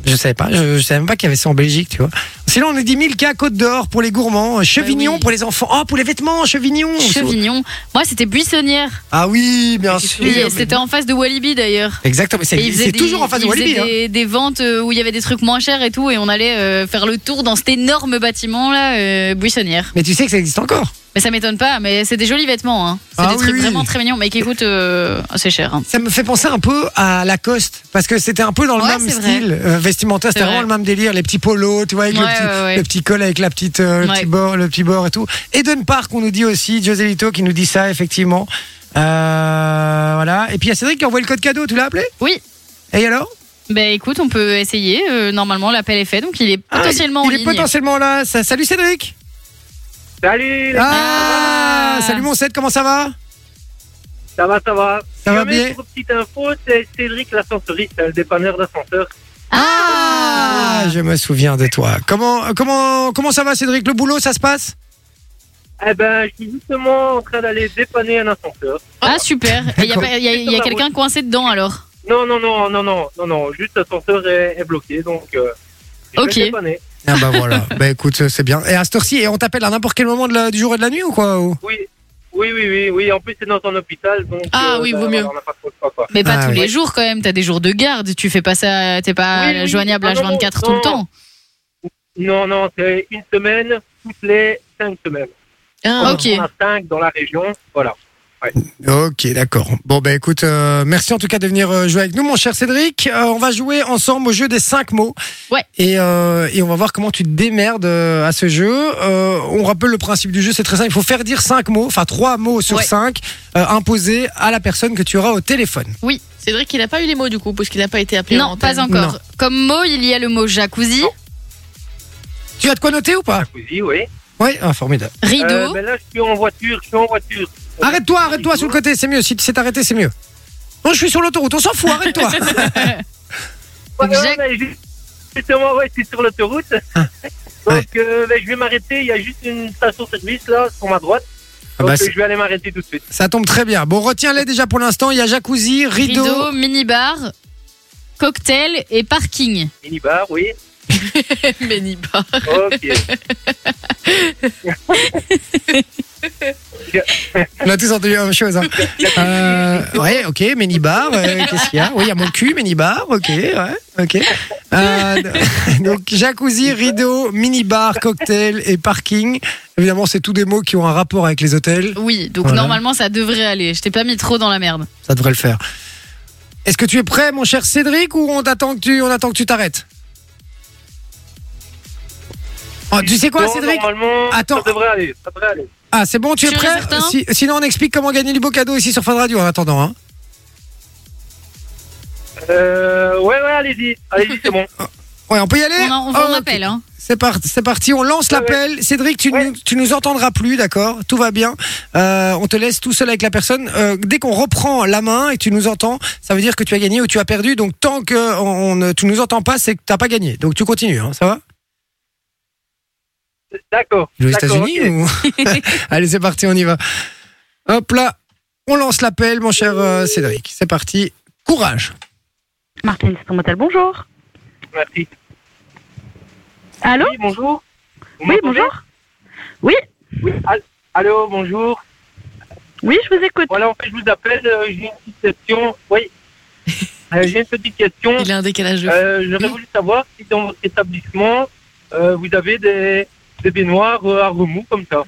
A: Je savais pas, je, je savais même pas qu'il y avait ça en Belgique, tu vois. Sinon, on est 10 000 cas Côte d'Or pour les gourmands, euh, Chevignon
B: Bah oui.
A: pour les enfants, oh pour les vêtements, Chevignon.
B: Chevignon. Moi, c'était buissonnière.
A: Ah oui, bien
B: Et
A: sûr.
B: C'était en face de Walibi d'ailleurs.
A: Exactement,
B: Et
A: c'est
B: ils faisaient
A: c'est
B: des-
A: toujours en face de
B: ils
A: Walibi.
B: faisaient
A: hein.
B: Des, des ventes euh, où il y avait des trucs moins chers et tout, et on allait euh, faire le tour dans cet énorme bâtiment là, euh, buissonnière.
A: Mais tu sais que ça existe encore.
B: Mais ça m'étonne pas, mais c'est des jolis vêtements. Hein. C'est
A: Ah
B: des
A: oui,
B: trucs
A: oui.
B: vraiment très mignons, mais qui coûtent euh, assez cher. hein.
A: Ça me fait penser un peu à Lacoste, parce que c'était un peu dans le
B: Ouais,
A: même
B: c'est vrai.
A: style euh, vestimentaire, c'était
B: C'est
A: vraiment le
B: vrai.
A: même délire, les petits polos, tu vois, avec le,
B: Ouais,
A: petit,
B: ouais, ouais.
A: le petit col avec la petite, euh, le,
B: Ouais.
A: petit bord, le petit bord et tout. Eden Park, on nous dit aussi, Joselito qui nous dit ça, effectivement. Euh, voilà. Et puis il y a Cédric qui envoie le code cadeau, tu l'as appelé
B: Oui.
A: Et alors
B: Ben écoute, on peut essayer. euh, normalement, l'appel est fait, donc il est
A: Ah,
B: potentiellement en
A: Il est
B: ligne.
A: potentiellement là. Ça- Salut Cédric
F: Salut,
A: Ah
B: Ah.
A: Salut mon Ced, comment ça va
F: ça va, ça va.
A: Ça va
F: Jamais
A: bien.
F: Pour petite info, c'est Cédric l'ascenseuriste, le dépanneur d'ascenseur.
B: Ah,
A: Je me souviens de toi. Comment, comment, comment ça va Cédric Le boulot, ça se passe
F: Eh ben, je suis justement en train d'aller dépanner un ascenseur.
B: Ah, super. Il y a, pas- y a-
F: Ah,
B: y a quelqu'un coincé dedans alors.
F: Non, non, non, non, non, non, non, juste l'ascenseur est, est bloqué, donc euh, je
B: Ok.
F: vais le dépanner.
A: Ah bah voilà, bah écoute, c'est bien. Et à cette heure-ci, et on t'appelle à n'importe quel moment de la- du jour et de la nuit ou quoi ou-
F: Oui, oui, oui, oui, oui, en plus c'est dans un hôpital, donc... euh, ben,
C: Ah oui, vaut mieux.
F: On n'a pas trop de choix, quoi.
B: Mais pas
A: Ah,
B: tous
A: oui.
B: les jours quand même. T'as des jours de garde. Tu fais pas ça. T'es pas
F: Oui, oui,
B: joignable
F: ah
B: à
F: non, non,
B: 24 tout le
F: non.
B: temps.
F: Non, non, c'est une semaine, toutes les cinq semaines.
C: Ah,
B: ok.
F: On a cinq dans la région, voilà.
A: Ok, d'accord. Bon bah écoute, euh, merci en tout cas de venir euh, jouer avec nous, mon cher Cédric. Euh, on va jouer ensemble au jeu des cinq mots.
B: Ouais.
A: Et, euh, et on va voir comment tu te démerdes euh, à ce jeu. Euh, on rappelle le principe du jeu, c'est très simple. Il faut faire dire cinq mots, enfin trois mots sur
B: Ouais.
A: cinq, euh, imposés à la personne que tu auras au téléphone.
C: Cédric, il n'a pas eu les mots du coup, parce qu'il n'a pas été appelé. en
B: Non,
C: antenne.
B: pas encore.
A: Non.
B: Comme mot, il y a le mot jacuzzi,
A: Tu as de quoi noter ou pas
F: Jacuzzi, oui.
A: Oui, ah, formidable.
B: rideau.
F: Euh, ben là, je suis en voiture, je suis en voiture.
A: Arrête-toi, arrête-toi sur le côté, c'est mieux. Si tu sais t'arrêter, c'est mieux. Non, je suis sur l'autoroute, on s'en fout, arrête-toi.
F: Ouais,
B: Donc,
F: ouais,
B: Jacques-
F: ouais, ju- Justement, ouais, c'est sur l'autoroute.
A: Ah, ouais.
F: Donc, euh, ben, je vais m'arrêter. Il y a juste une station-service là, sur ma droite.
A: Ah
F: Donc,
A: bah,
F: euh,
A: c'est-
F: je vais aller m'arrêter tout de suite.
A: Ça tombe très bien. Bon, retiens-les déjà pour l'instant. Il y a jacuzzi, rideau.
B: rideau, minibar, cocktail et parking.
F: Minibar, oui.
C: Mais n'y pas.
F: Ok.
A: On a tous entendu la même chose. hein. Euh, ouais, ok, minibar. euh, Qu'est-ce qu'il y a Oui, il y a mon cul, minibar. Ok, ouais, ok. Euh, donc, jacuzzi, rideau, minibar, cocktail et parking. Évidemment, c'est tous des mots qui ont un rapport avec les hôtels.
B: Oui, donc
A: Voilà.
B: normalement ça devrait aller. Je t'ai pas mis trop dans la merde.
A: Ça devrait le faire. Est-ce que tu es prêt, mon cher Cédric, ou on attend que tu, on attend que tu t'arrêtes Oh, Tu sais quoi,
F: Non,
A: Cédric
F: Normalement,
A: Attends.
F: ça devrait aller. Ça devrait aller.
A: Ah, c'est bon, tu es
B: Tu es
A: prêt
B: certain
A: Si- Sinon, on explique comment gagner du beau cadeau ici sur Fun Radio en attendant. Hein.
F: Euh, ouais, ouais, allez-y. Allez-y, c'est bon.
A: Ouais, on peut y aller
B: On, en- on
A: Ah,
B: en
A: ok.
B: appelle. Hein.
A: C'est parti, c'est parti, on lance
F: Ouais,
A: l'appel. Cédric, tu,
F: Ouais.
A: nous, tu nous entendras plus, d'accord Tout va bien. Euh, on te laisse tout seul avec la personne. Euh, dès qu'on reprend la main et que tu nous entends, ça veut dire que tu as gagné ou tu as perdu. Donc tant que on, on ne- tu nous entends pas, c'est que tu n'as pas gagné. Donc tu continues, hein, ça va
F: D'accord.
A: Les
F: D'accord,
A: États-Unis
F: ok.
A: ou- Allez, c'est parti, on y va. Hop là, on lance l'appel, mon cher euh, Cédric. C'est parti. Courage.
G: Martine Stromotel, bonjour.
F: Merci.
G: Allô
F: Oui, bonjour. Vous
G: Oui,
F: m'entendez
G: bonjour.
F: Oui, al- Allô, bonjour.
G: Oui, je vous écoute.
F: Voilà, en fait, je vous appelle. euh, J'ai une petite question. Oui. Euh, J'ai une petite question.
C: Il a un décalage de fou.
F: Euh, J'aurais voulu savoir si dans votre établissement, euh, vous avez des, des baignoires euh, à remous comme ça.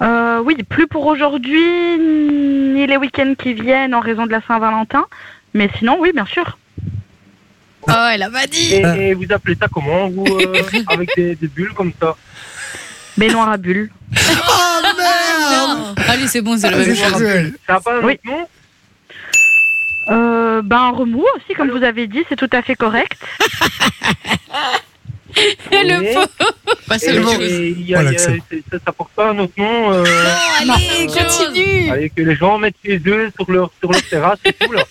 G: Euh, oui, plus pour aujourd'hui, ni les week-ends qui viennent en raison de la Saint-Valentin. Mais sinon, oui, bien sûr.
B: Oh, elle a pas dit.
F: Et,
A: Ah.
F: et vous appelez ça comment vous, euh, Avec des, des bulles comme ça.
G: Baignoire à bulles.
A: Oh merde
B: Non. Allez, c'est bon, c'est
A: Ah,
B: la
A: c'est
B: même chose.
A: cruel.
F: Ça n'a pas un
G: Oui.
F: autre nom
G: Euh, ben, un remous aussi, comme vous avez dit, c'est tout à fait correct.
B: Et le pauvre.
C: Bah,
F: Et,
C: c'est le mot.
F: et il y a-
A: Voilà,
F: il y a-
A: c'est
F: c'est- ça, ça porte pas un autre nom. euh,
B: Allez,
F: Non.
B: continue.
F: allez, que les gens mettent chez eux sur leur, sur leur terrasse et tout. Là.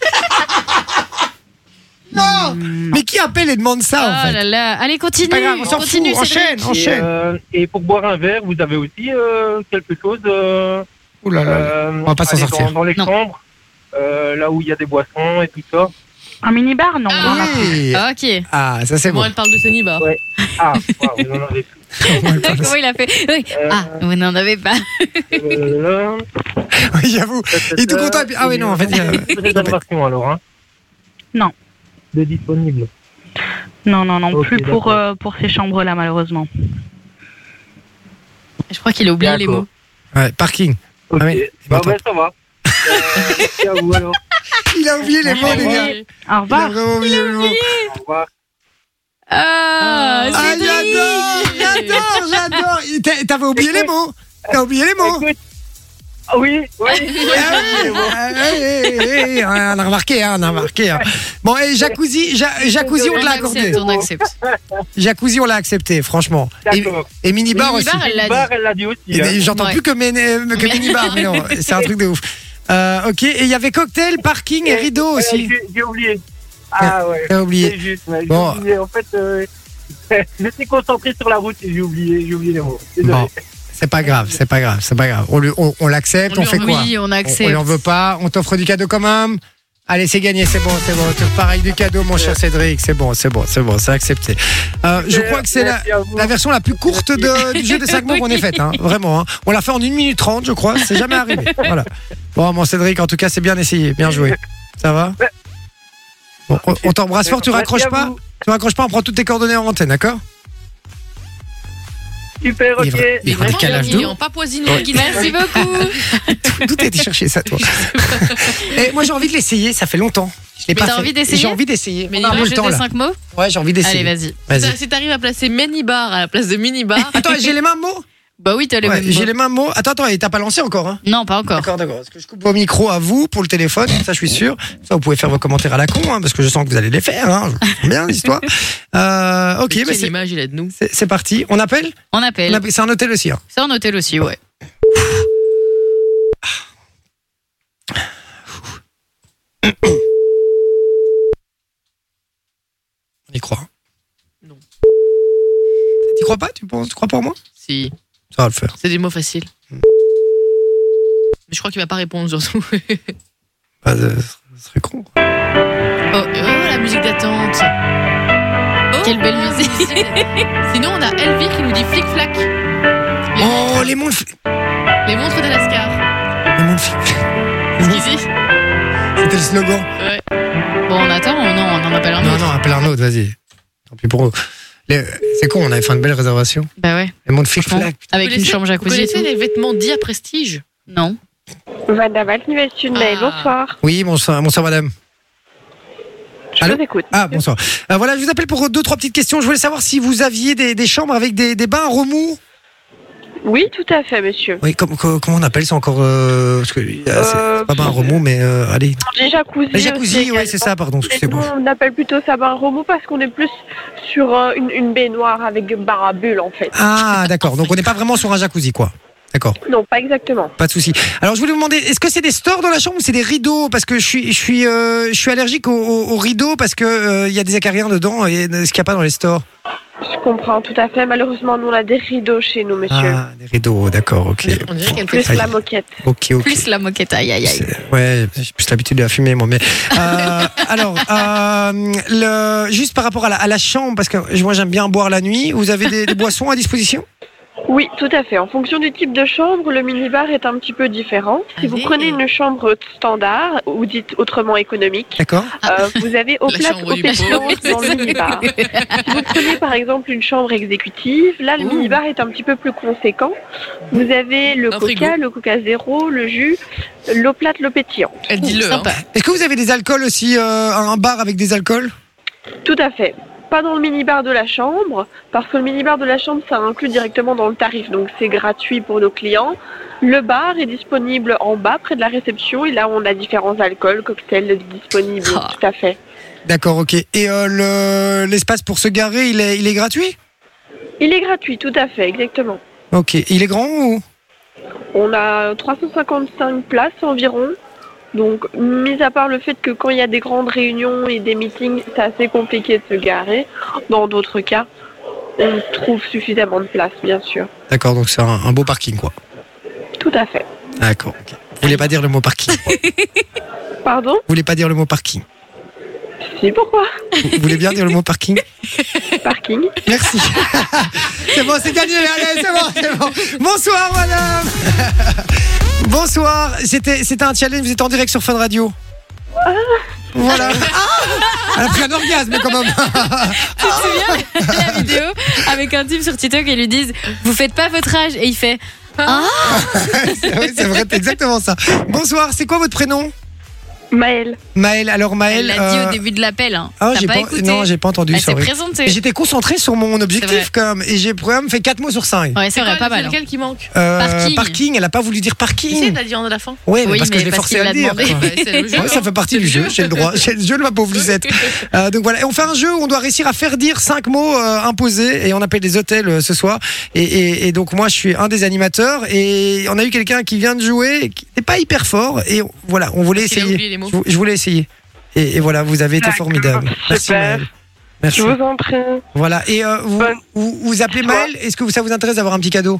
A: Non Hmm. Mais qui appelle et demande ça, Ah, en
B: Oh
A: fait
B: là là. Allez, continue.
A: Pas grave, on s'en fout,
B: continue, Cédric.
A: enchaîne,
F: Et,
A: enchaîne.
F: euh, et pour boire un verre, vous avez aussi euh, quelque chose. euh,
A: Ouh là là.
F: euh,
A: on va pas s'en
F: allez,
A: sortir.
F: Dans, dans les
B: Non.
F: chambres, euh, là où il y a des boissons et tout ça.
G: Un mini-bar, non.
B: Ah.
A: Oui.
B: Ok.
A: Ah, ça c'est
C: Moi,
A: bon.
C: elle parle de Seniba.
F: Ah, waouh, vous en avez plus.
B: Comment il a fait Oui.
F: Euh,
B: Ah, vous n'en avez pas.
F: euh, là,
A: Oui, J'avoue. Il est tout content. et puis- Ah oui, non, en fait. il y a-
F: Plus de réservation alors, hein
G: Non.
F: De disponible.
G: Non, non, non,
F: Ok,
G: plus pour,
F: d'accord.
G: euh, pour ces chambres-là, malheureusement.
B: Je crois qu'il a oublié les
F: D'accord.
B: mots.
A: Ouais, parking.
F: Ok.
A: Ah oui,
F: bah,
A: m'entend.
F: ouais, ça va. Euh, merci à vous alors.
A: Il a oublié les mots, les gars. Ah, Bah,
G: Au
A: Il a
G: revoir.
A: vraiment oublié les mots.
F: Au revoir.
B: Ah,
A: Ah,
B: Cédric.
A: j'adore, j'adore, j'adore. Il- t'a- T'avais oublié les mots. T'as oublié les mots.
F: Écoute. Ah oui, oui.
A: Ah oui, ah oui, oui, oui, oui, eh, on a remarqué, hein, on a remarqué. hein. Bon, et jacuzzi, ja- jacuzzi, on
B: On
A: te l'a accordé.
B: accepte, on accepte.
A: Jacuzzi, on l'a accepté, franchement. Et,
F: D'accord.
A: et minibar aussi.
B: Minibar, elle l'a
F: Bar,
B: dit.
F: elle l'a dit aussi.
A: Et-
F: hein.
A: et J'entends
B: Ouais.
A: plus que, mini- euh, que minibar, mais non, c'est un truc de ouf. Euh, ok, et il y avait cocktail, parking et rideau
F: Ouais,
A: aussi.
F: Ah, j'ai- J'ai oublié. Ah ouais.
A: T'as oublié.
F: C'est juste. ouais, j'ai
A: Bon.
F: oublié. En fait, euh, j'étais concentré sur la route et j'ai oublié, j'ai oublié les mots. Désolé.
A: Bon, c'est pas grave, c'est pas grave, c'est pas grave. On, le- on- on l'accepte, on,
B: lui
A: fait
B: en-
A: quoi
B: Oui, on
A: On- On
B: accepte.
A: n'en veut pas, on t'offre du cadeau quand même. Allez, c'est gagné, c'est bon, c'est bon. Tu repars avec du cadeau, mon cher Cédric. C'est bon, c'est bon, c'est bon, c'est accepté. Euh, je crois que c'est la,
F: Merci à vous.
A: la version la plus courte de- du jeu des 5 mots qu'on ait faite, hein, vraiment. hein. On l'a fait en 1 minute 30, je crois. C'est jamais arrivé. Voilà. Bon, mon Cédric, en tout cas, c'est bien essayé, bien joué. Ça va Bon, on- On t'embrasse fort, tu
F: Merci
A: raccroches
F: à
A: pas
F: vous.
A: Tu raccroches pas, on prend toutes tes coordonnées en antenne, d'accord
F: Super,
A: Il est
F: ok.
A: vrai- il est vrai
C: Vraiment,
A: décalage
C: il est
A: d'eau.
C: en Papouasie
A: Oh,
B: Merci beaucoup.
A: D'où t'as été chercher ça, toi Et Moi, j'ai envie de l'essayer. Ça fait longtemps. Je l'ai
B: Mais
A: pas
B: t'as
A: fait.
B: envie d'essayer
A: J'ai envie d'essayer.
B: Mais
A: On a un peu
B: le
A: le
B: jeu
A: temps
B: des
A: là.
B: 5 mots
A: Ouais, j'ai envie
B: Allez,
A: d'essayer.
B: vas-y.
A: Vas-y.
C: Si t'arrives à placer Minibar à la place de Minibar,
A: Attends, j'ai les mêmes mots.
B: Bah oui, t'as les
A: Ouais,
B: mêmes
A: j'ai
B: mots.
A: les mêmes mots. Attends, attends, et t'as pas lancé encore. Hein
B: Non, pas encore.
A: d'accord, d'accord. Parce que je coupe vos micros à vous pour le téléphone. Ça, je suis sûr. Ça, vous pouvez faire vos commentaires à la con, hein, parce que je sens que vous allez les faire. Hein. Je comprends bien l'histoire. Euh, ok,
C: mais
A: mais
C: quelle
A: c'est-
C: image il a de nous
A: c'est c'est parti. On appelle.
B: On
A: On
B: appelle.
A: appelle- C'est un hôtel aussi. hein.
B: C'est en hôtel aussi, ouais.
A: On y croit. hein.
C: Non.
A: T'y crois pas Tu penses Tu crois pas en moi
C: Si,
A: Ça va le faire.
C: c'est des mots faciles.
A: Hmm.
C: Mais je crois qu'il va pas répondre surtout. oh,
A: Bah, euh, ce serait con. quoi.
C: oh, la musique d'attente. Oh,
B: Quelle belle musique.
C: Sinon, on a Elvire qui nous dit flic flac. Les,
A: Oh, les mondes.
C: les montres d'Alaska.
A: Les mondes.
C: Easy.
A: C'était le slogan.
B: Bon, on attend, on, non, on en appelle un
A: Non,
B: autre.
A: non, appelle un autre, vas-y. Tant pis pour eux. Les- C'est con, on avait fait une belle réservation.
B: Bah ouais.
A: Les mondes flic
B: Franchement.
A: flac.
B: Avec une
C: connaissez-
B: chambre
C: Vous
B: jacuzzi et
C: connaissez
B: tout.
C: les vêtements dits à prestige
B: Non.
H: Madame Alnivestunet,
C: Ah.
H: bonsoir.
A: Oui, bonsoir, bonsoir madame.
H: Je
A: Allô
H: vous écoute.
A: Ah, bonsoir. Euh, voilà, je vous appelle pour deux, trois petites questions. Je voulais savoir si vous aviez des, des chambres avec des, des bains à remous.
H: Oui, tout à fait, monsieur.
A: Oui, comme, co- comment on appelle ça encore euh, parce que, euh, c'est-
H: Euh, Ah,
A: c'est Pas bain à remous, mais euh, allez.
H: Des jacuzzi.
A: Les
H: aussi
A: jacuzzi,
H: également.
A: oui, c'est ça, pardon,
H: Mais
A: c'est
H: nous,
A: bon.
H: on appelle plutôt ça bain remous parce qu'on est plus sur euh, une, une baignoire avec une bar à bulles, en fait.
A: Ah, d'accord, donc on n'est pas vraiment sur un jacuzzi, quoi. D'accord,
H: Non, pas exactement.
A: pas de souci. Alors je voulais vous demander, est-ce que c'est des stores dans la chambre ou c'est des rideaux Parce que je suis, je suis, euh, je suis allergique aux, aux- aux rideaux parce que euh, il y a des acariens dedans et euh, ce qu'il n'y a pas dans les stores.
H: Je comprends tout à fait. Malheureusement, nous, on a des rideaux chez nous, monsieur.
A: Ah, des rideaux, d'accord, ok.
C: On dirait qu'elle
H: Plus
A: Aïe.
H: la moquette.
A: Ok, ok.
B: Plus la moquette, aïe aïe aïe.
A: C'est- Ouais, j'ai plus l'habitude de la fumer, moi. Mais euh, alors, euh, le, juste par rapport à la, à la chambre, parce que moi j'aime bien boire la nuit. Vous avez des, des boissons à disposition
H: Oui, tout à fait. En fonction du type de chambre, le minibar est un petit peu différent. Si vous
C: Allez.
H: prenez une chambre standard, ou dite autrement économique,
A: D'accord.
H: Euh, vous avez au
C: Ah. La
H: plat
C: chambre du
H: occasion
C: pauvre.
H: dans le minibar. si vous prenez par exemple une chambre exécutive, là le
C: Ouh.
H: minibar est un petit peu plus conséquent. Vous avez le
C: Un
H: coca,
C: frigo.
H: le coca zéro, le jus, l'eau plate, l'eau pétillante.
C: Elle dit le. hein.
B: Sympa.
A: Est-ce que vous avez des alcools aussi, euh, un bar avec des alcools
H: Tout à fait. pas dans le minibar de la chambre, parce que le minibar de la chambre, ça inclut directement dans le tarif, donc c'est gratuit pour nos clients. Le bar est disponible en bas, près de la réception, et là, on a différents alcools, cocktails disponibles,
B: Ah.
H: tout à fait.
A: D'accord, ok. Et euh, le- l'espace pour se garer, il est, il est gratuit
H: Il est gratuit, tout à fait, exactement.
A: Ok. Il est grand ou
H: On a 355 places environ. Donc, mis à part le fait que quand il y a des grandes réunions et des meetings, c'est assez compliqué de se garer. Dans d'autres cas, on trouve suffisamment de place, bien sûr.
A: D'accord, donc c'est un, un beau parking, quoi.
H: Tout à fait.
A: D'accord. ok. Vous voulez pas dire le mot parking Vous
H: Pardon
A: voulez pas dire le mot parking
H: Si, pourquoi
A: Vous vous voulez bien dire le mot parking
H: Parking.
A: Merci. c'est bon, c'est gagné. Allez, c'est bon, c'est bon. Bonsoir, madame. Bonsoir. C'était, c'était un challenge. Vous êtes en direct sur Fun Radio. Voilà. Ah Elle a pris un orgasme, quand même.
B: Tu te souviens la vidéo avec un type sur TikTok et ils lui disent Vous faites pas votre âge Et il fait
A: Oui, c'est vrai, c'est exactement ça. Bonsoir. C'est quoi votre prénom
H: Maëlle.
A: Maël. Alors,
B: Elle
A: Maël.
B: l'a dit
A: euh,
B: au début de l'appel. Hein.
A: ah,
B: T'as
A: j'ai
B: pas,
A: pas-
B: écouté.
A: non, j'ai pas entendu.
B: Elle s'est
A: sorry.
B: présentée.
A: J'étais concentré sur mon
B: C'est
A: objectif, quand même. Et j'ai quand même fait 4 mots sur 5.
B: Ouais, c'est vrai, pas mal. hein.
C: lequel qui manque
B: Parking.
A: Elle a pas voulu dire
C: Tu sais,
A: parking.
C: t'as dit en à la fin.
A: Ouais, mais
B: Oui,
A: parce que
B: mais
A: je l'ai
B: parce
A: forcé
B: qu'il
A: à le
B: l'a
A: dire.
B: demandé.
A: quoi.
C: Ouais, c'est le jeu,
A: Ouais, ça
C: hein.
A: fait partie du jeu, j'ai le droit. J'ai le jeu, ma pauvre Lisette. Euh, donc voilà, et on fait un jeu où on doit réussir à faire dire cinq mots euh, imposés et on appelle des hôtels euh, ce soir. Et, et- et donc moi, je suis un des animateurs et on a eu quelqu'un qui vient de jouer, et qui n'est pas hyper fort et on- voilà, on voulait
C: Parce qu'il a
A: essayer.
C: oublié les mots.
A: Je, vou- je voulais essayer. Et, et voilà, vous avez été
H: D'accord,
A: formidable. Merci
H: super.
A: Maëlle. Merci.
H: Je vous en prie.
A: Voilà. Et euh, vous,
H: Bonne-
A: vous, vous appelez Maëlle, est-ce que ça vous intéresse d'avoir un petit cadeau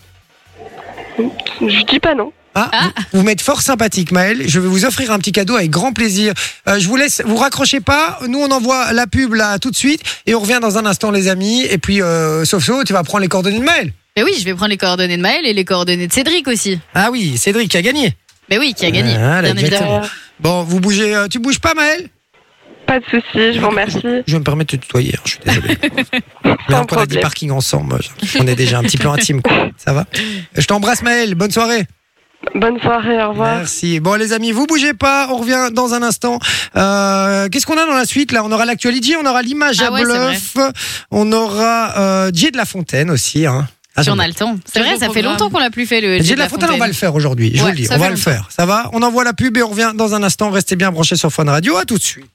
H: Je dis pas non.
A: Ah,
B: Ah.
A: Vous, vous m'êtes fort sympathique, Maël. Je vais vous offrir un petit cadeau avec grand plaisir. Euh, je vous laisse, vous raccrochez pas. Nous, on envoie la pub là tout de suite et on revient dans un instant, les amis. Et puis, euh, sauf sauf, tu vas prendre les coordonnées de Maël.
B: Mais oui, je vais prendre les coordonnées de Maël et les coordonnées de Cédric aussi.
A: Ah oui, Cédric qui a gagné.
B: Mais oui, qui a gagné.
A: Voilà,
B: bien évidemment.
A: exactement. Bon, vous bougez, euh, tu bouges pas, Maël
H: Pas de souci, je vous remercie.
A: Je vais me permettre de te tutoyer, hein, je suis désolé. Mais après, on
H: Sans
A: a dit
H: problème.
A: parking ensemble. On est déjà un petit peu intime, quoi. Ça va Je t'embrasse, Maël. Bonne soirée.
H: Bonne soirée, au
A: Merci. Bon, les amis, vous bougez pas. On revient dans un instant. Euh, Qu'est-ce qu'on a dans la suite là On aura l'actualité, on aura l'image
B: Ah
A: à
B: ouais, c'est
A: bluff, on aura euh, Jay de la Fontaine aussi. Hein. Ah,
B: Si on
A: j'en ai-
B: a le temps. C'est vrai,
C: Toujours
B: ça fait
C: programme.
B: longtemps qu'on l'a plus fait le.
A: Jay
B: Jay
A: de la Fontaine, on va le faire aujourd'hui. Je
B: Ouais,
A: vous le dis,
B: ça
A: on va
B: fait
A: le faire. Ça va On envoie la pub et on revient dans un instant. Restez bien branchés sur Fun Radio. À tout de suite.